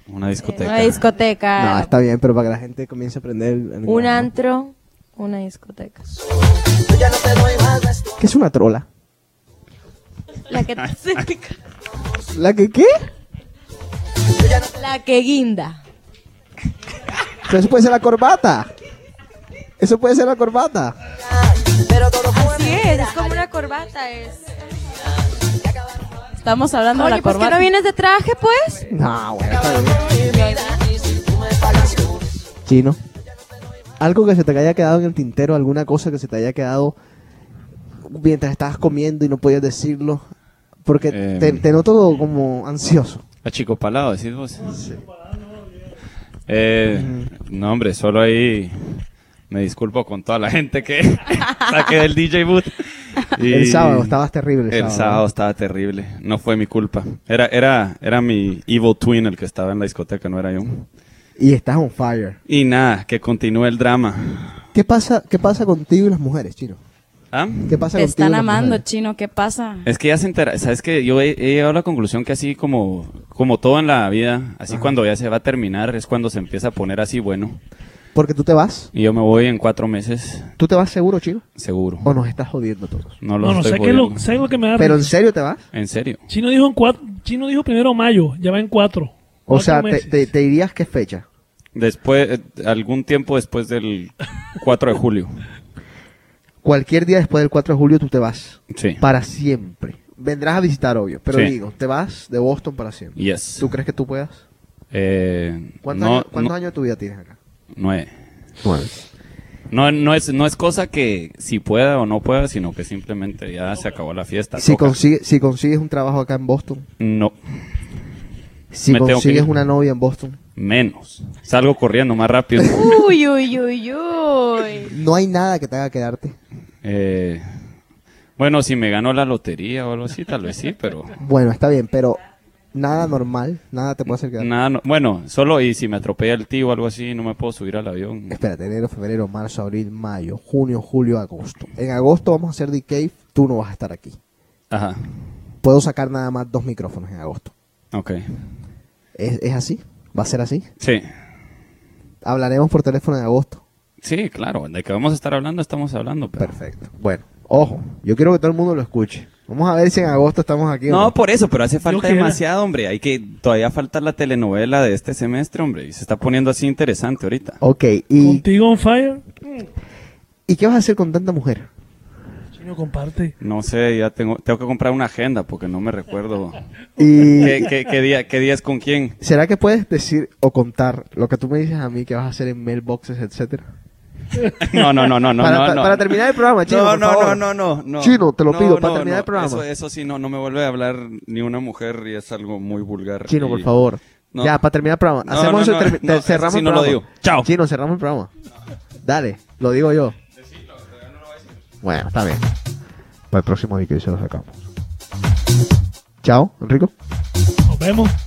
Speaker 7: Una discoteca.
Speaker 5: Una discoteca.
Speaker 12: Ah.
Speaker 11: No, está bien, pero para que la gente comience a aprender. el lenguaje,
Speaker 5: un
Speaker 11: ¿no?
Speaker 5: antro, una discoteca.
Speaker 11: ¿Qué es una trola?
Speaker 5: La
Speaker 11: (laughs)
Speaker 5: que,
Speaker 11: ¿La que qué?
Speaker 5: la que guinda.
Speaker 11: Pero eso puede ser la corbata. Eso puede ser la corbata.
Speaker 5: Así es, es como una corbata. Es.
Speaker 12: Estamos hablando de
Speaker 5: Oye,
Speaker 12: la
Speaker 5: pues que
Speaker 12: corbata.
Speaker 5: no vienes de traje, pues.
Speaker 11: No, bueno, está bien. Chino. Algo que se te haya quedado en el tintero, alguna cosa que se te haya quedado mientras estabas comiendo y no podías decirlo. Porque
Speaker 7: Em.
Speaker 11: te, te noto como ansioso.
Speaker 7: A Chico Palado, decís vos. Eh, no, hombre, solo ahí me disculpo con toda la gente que (laughs) saqué del DJ boot.
Speaker 11: El sábado estabas terrible, el
Speaker 7: El sábado,
Speaker 11: sábado, ¿no?
Speaker 7: estaba terrible. No fue mi culpa. Era, era, era mi evil twin el que estaba en la discoteca, no era yo.
Speaker 11: Y estás on fire.
Speaker 7: Y nada, que continúe el drama.
Speaker 11: ¿Qué pasa, qué pasa contigo y las mujeres, Chino?
Speaker 7: ¿Ah?
Speaker 11: ¿Qué pasa
Speaker 12: Te
Speaker 11: contigo? y
Speaker 12: están
Speaker 11: las
Speaker 12: amando,
Speaker 11: mujeres?
Speaker 12: chino. ¿Qué pasa?
Speaker 7: Es que ya se entera, sabes que yo he, he llegado a la conclusión que así como, como todo en la vida, así cuando ya se va a terminar es cuando se empieza a poner así bueno.
Speaker 11: Porque tú te vas.
Speaker 7: Y yo me voy en cuatro meses,
Speaker 11: ¿Tú te vas seguro, Chino?
Speaker 7: Seguro.
Speaker 11: ¿O nos estás jodiendo a todos?
Speaker 7: No lo
Speaker 8: No, no,
Speaker 7: estoy
Speaker 8: sé qué es lo,
Speaker 7: jodiendo.
Speaker 8: sé lo que me da
Speaker 11: ¿Pero en
Speaker 8: risa.
Speaker 11: serio te vas?
Speaker 7: En serio.
Speaker 8: Chino dijo en cuatro, Chino dijo primero mayo, ya va en cuatro.
Speaker 11: O sea,
Speaker 8: Cuatro
Speaker 11: te,
Speaker 8: meses.
Speaker 11: te- te dirías qué fecha.
Speaker 7: Después, eh, algún tiempo después del 4 de julio.
Speaker 11: Cualquier día después del 4 de julio tú te vas.
Speaker 7: Sí.
Speaker 11: Para siempre. Vendrás a visitar, obvio. Pero
Speaker 7: Sí.
Speaker 11: digo, te vas de Boston para siempre.
Speaker 7: Yes.
Speaker 11: ¿Tú crees que tú puedas?
Speaker 7: Eh,
Speaker 11: ¿Cuántos,
Speaker 7: no,
Speaker 11: años, cuántos
Speaker 7: no-
Speaker 11: años de tu vida tienes acá?
Speaker 7: Nueve. No, no es, no es cosa que si pueda o no pueda, sino que simplemente ya se acabó la fiesta.
Speaker 11: Si,
Speaker 7: toca.
Speaker 11: consigue- si consigues un trabajo acá en Boston,
Speaker 7: No.
Speaker 11: si
Speaker 7: Me tengo que
Speaker 11: consigues
Speaker 7: ir.
Speaker 11: una novia en Boston,
Speaker 7: Menos. Salgo corriendo más
Speaker 11: (laughs)
Speaker 7: rápido.
Speaker 5: Uy, uy, uy, uy.
Speaker 11: no hay nada que te haga quedarte.
Speaker 7: Eh, bueno, si me ganó la lotería o algo así, tal vez sí, pero
Speaker 11: Bueno, está bien, pero nada normal, nada te puede hacer quedarte.
Speaker 7: nada. no- bueno, solo y si me atropella el tío o algo así, no me puedo subir al avión.
Speaker 11: Espérate, enero, febrero, marzo, abril, mayo, junio, julio, agosto. En agosto vamos a hacer The Cave, tú no vas a estar aquí.
Speaker 7: Ajá.
Speaker 11: Puedo sacar nada más dos micrófonos en agosto.
Speaker 7: Ok.
Speaker 11: ¿Es, es así? ¿Va a ser así?
Speaker 7: Sí.
Speaker 11: Hablaremos por teléfono en agosto.
Speaker 7: Sí, claro, de que vamos a estar hablando, estamos hablando.
Speaker 11: Perfecto. Bueno, ojo, yo quiero que todo el mundo lo escuche. Vamos a ver si en agosto estamos aquí. o
Speaker 7: No, pues, por eso, pero hace falta
Speaker 11: quiero.
Speaker 7: demasiado, hombre. Hay que todavía falta la telenovela de este semestre, hombre. Y se está poniendo así interesante ahorita.
Speaker 11: Ok, y,
Speaker 8: Contigo on fire,
Speaker 11: ¿y qué vas a hacer con tanta mujer?
Speaker 8: Chino comparte.
Speaker 7: No sé, ya tengo, tengo que comprar una agenda porque no me recuerdo
Speaker 11: (laughs) Y-
Speaker 7: qué, qué- qué día, qué día es con quién. (laughs)
Speaker 11: ¿Será que puedes decir o contar lo que tú me dices a mí que vas a hacer en mailboxes, etcétera?
Speaker 7: No, no, no, no, no,
Speaker 11: para,
Speaker 7: no,
Speaker 11: pa-
Speaker 7: no.
Speaker 11: para terminar el programa, chino.
Speaker 7: No,
Speaker 11: por
Speaker 7: no,
Speaker 11: favor.
Speaker 7: no, no, no, no.
Speaker 11: Chino, te lo
Speaker 7: No,
Speaker 11: pido,
Speaker 7: no,
Speaker 11: para terminar
Speaker 7: no,
Speaker 11: el programa.
Speaker 7: Eso, eso sí, no, no me vuelve a hablar ni una mujer y es algo muy vulgar.
Speaker 11: Chino,
Speaker 7: y-
Speaker 11: por favor.
Speaker 7: eh, No.
Speaker 11: Ya, para terminar el programa.
Speaker 7: No,
Speaker 11: Hacemos
Speaker 7: no,
Speaker 11: eso,
Speaker 7: no,
Speaker 11: termi-
Speaker 7: no,
Speaker 11: te-
Speaker 7: eso
Speaker 11: cerramos
Speaker 7: sí
Speaker 11: el
Speaker 7: no lo
Speaker 11: programa.
Speaker 7: digo. Chao.
Speaker 11: Chino, cerramos el programa. Dale, lo digo yo. Bueno, está bien. Para el próximo día que se lo sacamos. Chao, Enrico.
Speaker 8: Nos vemos.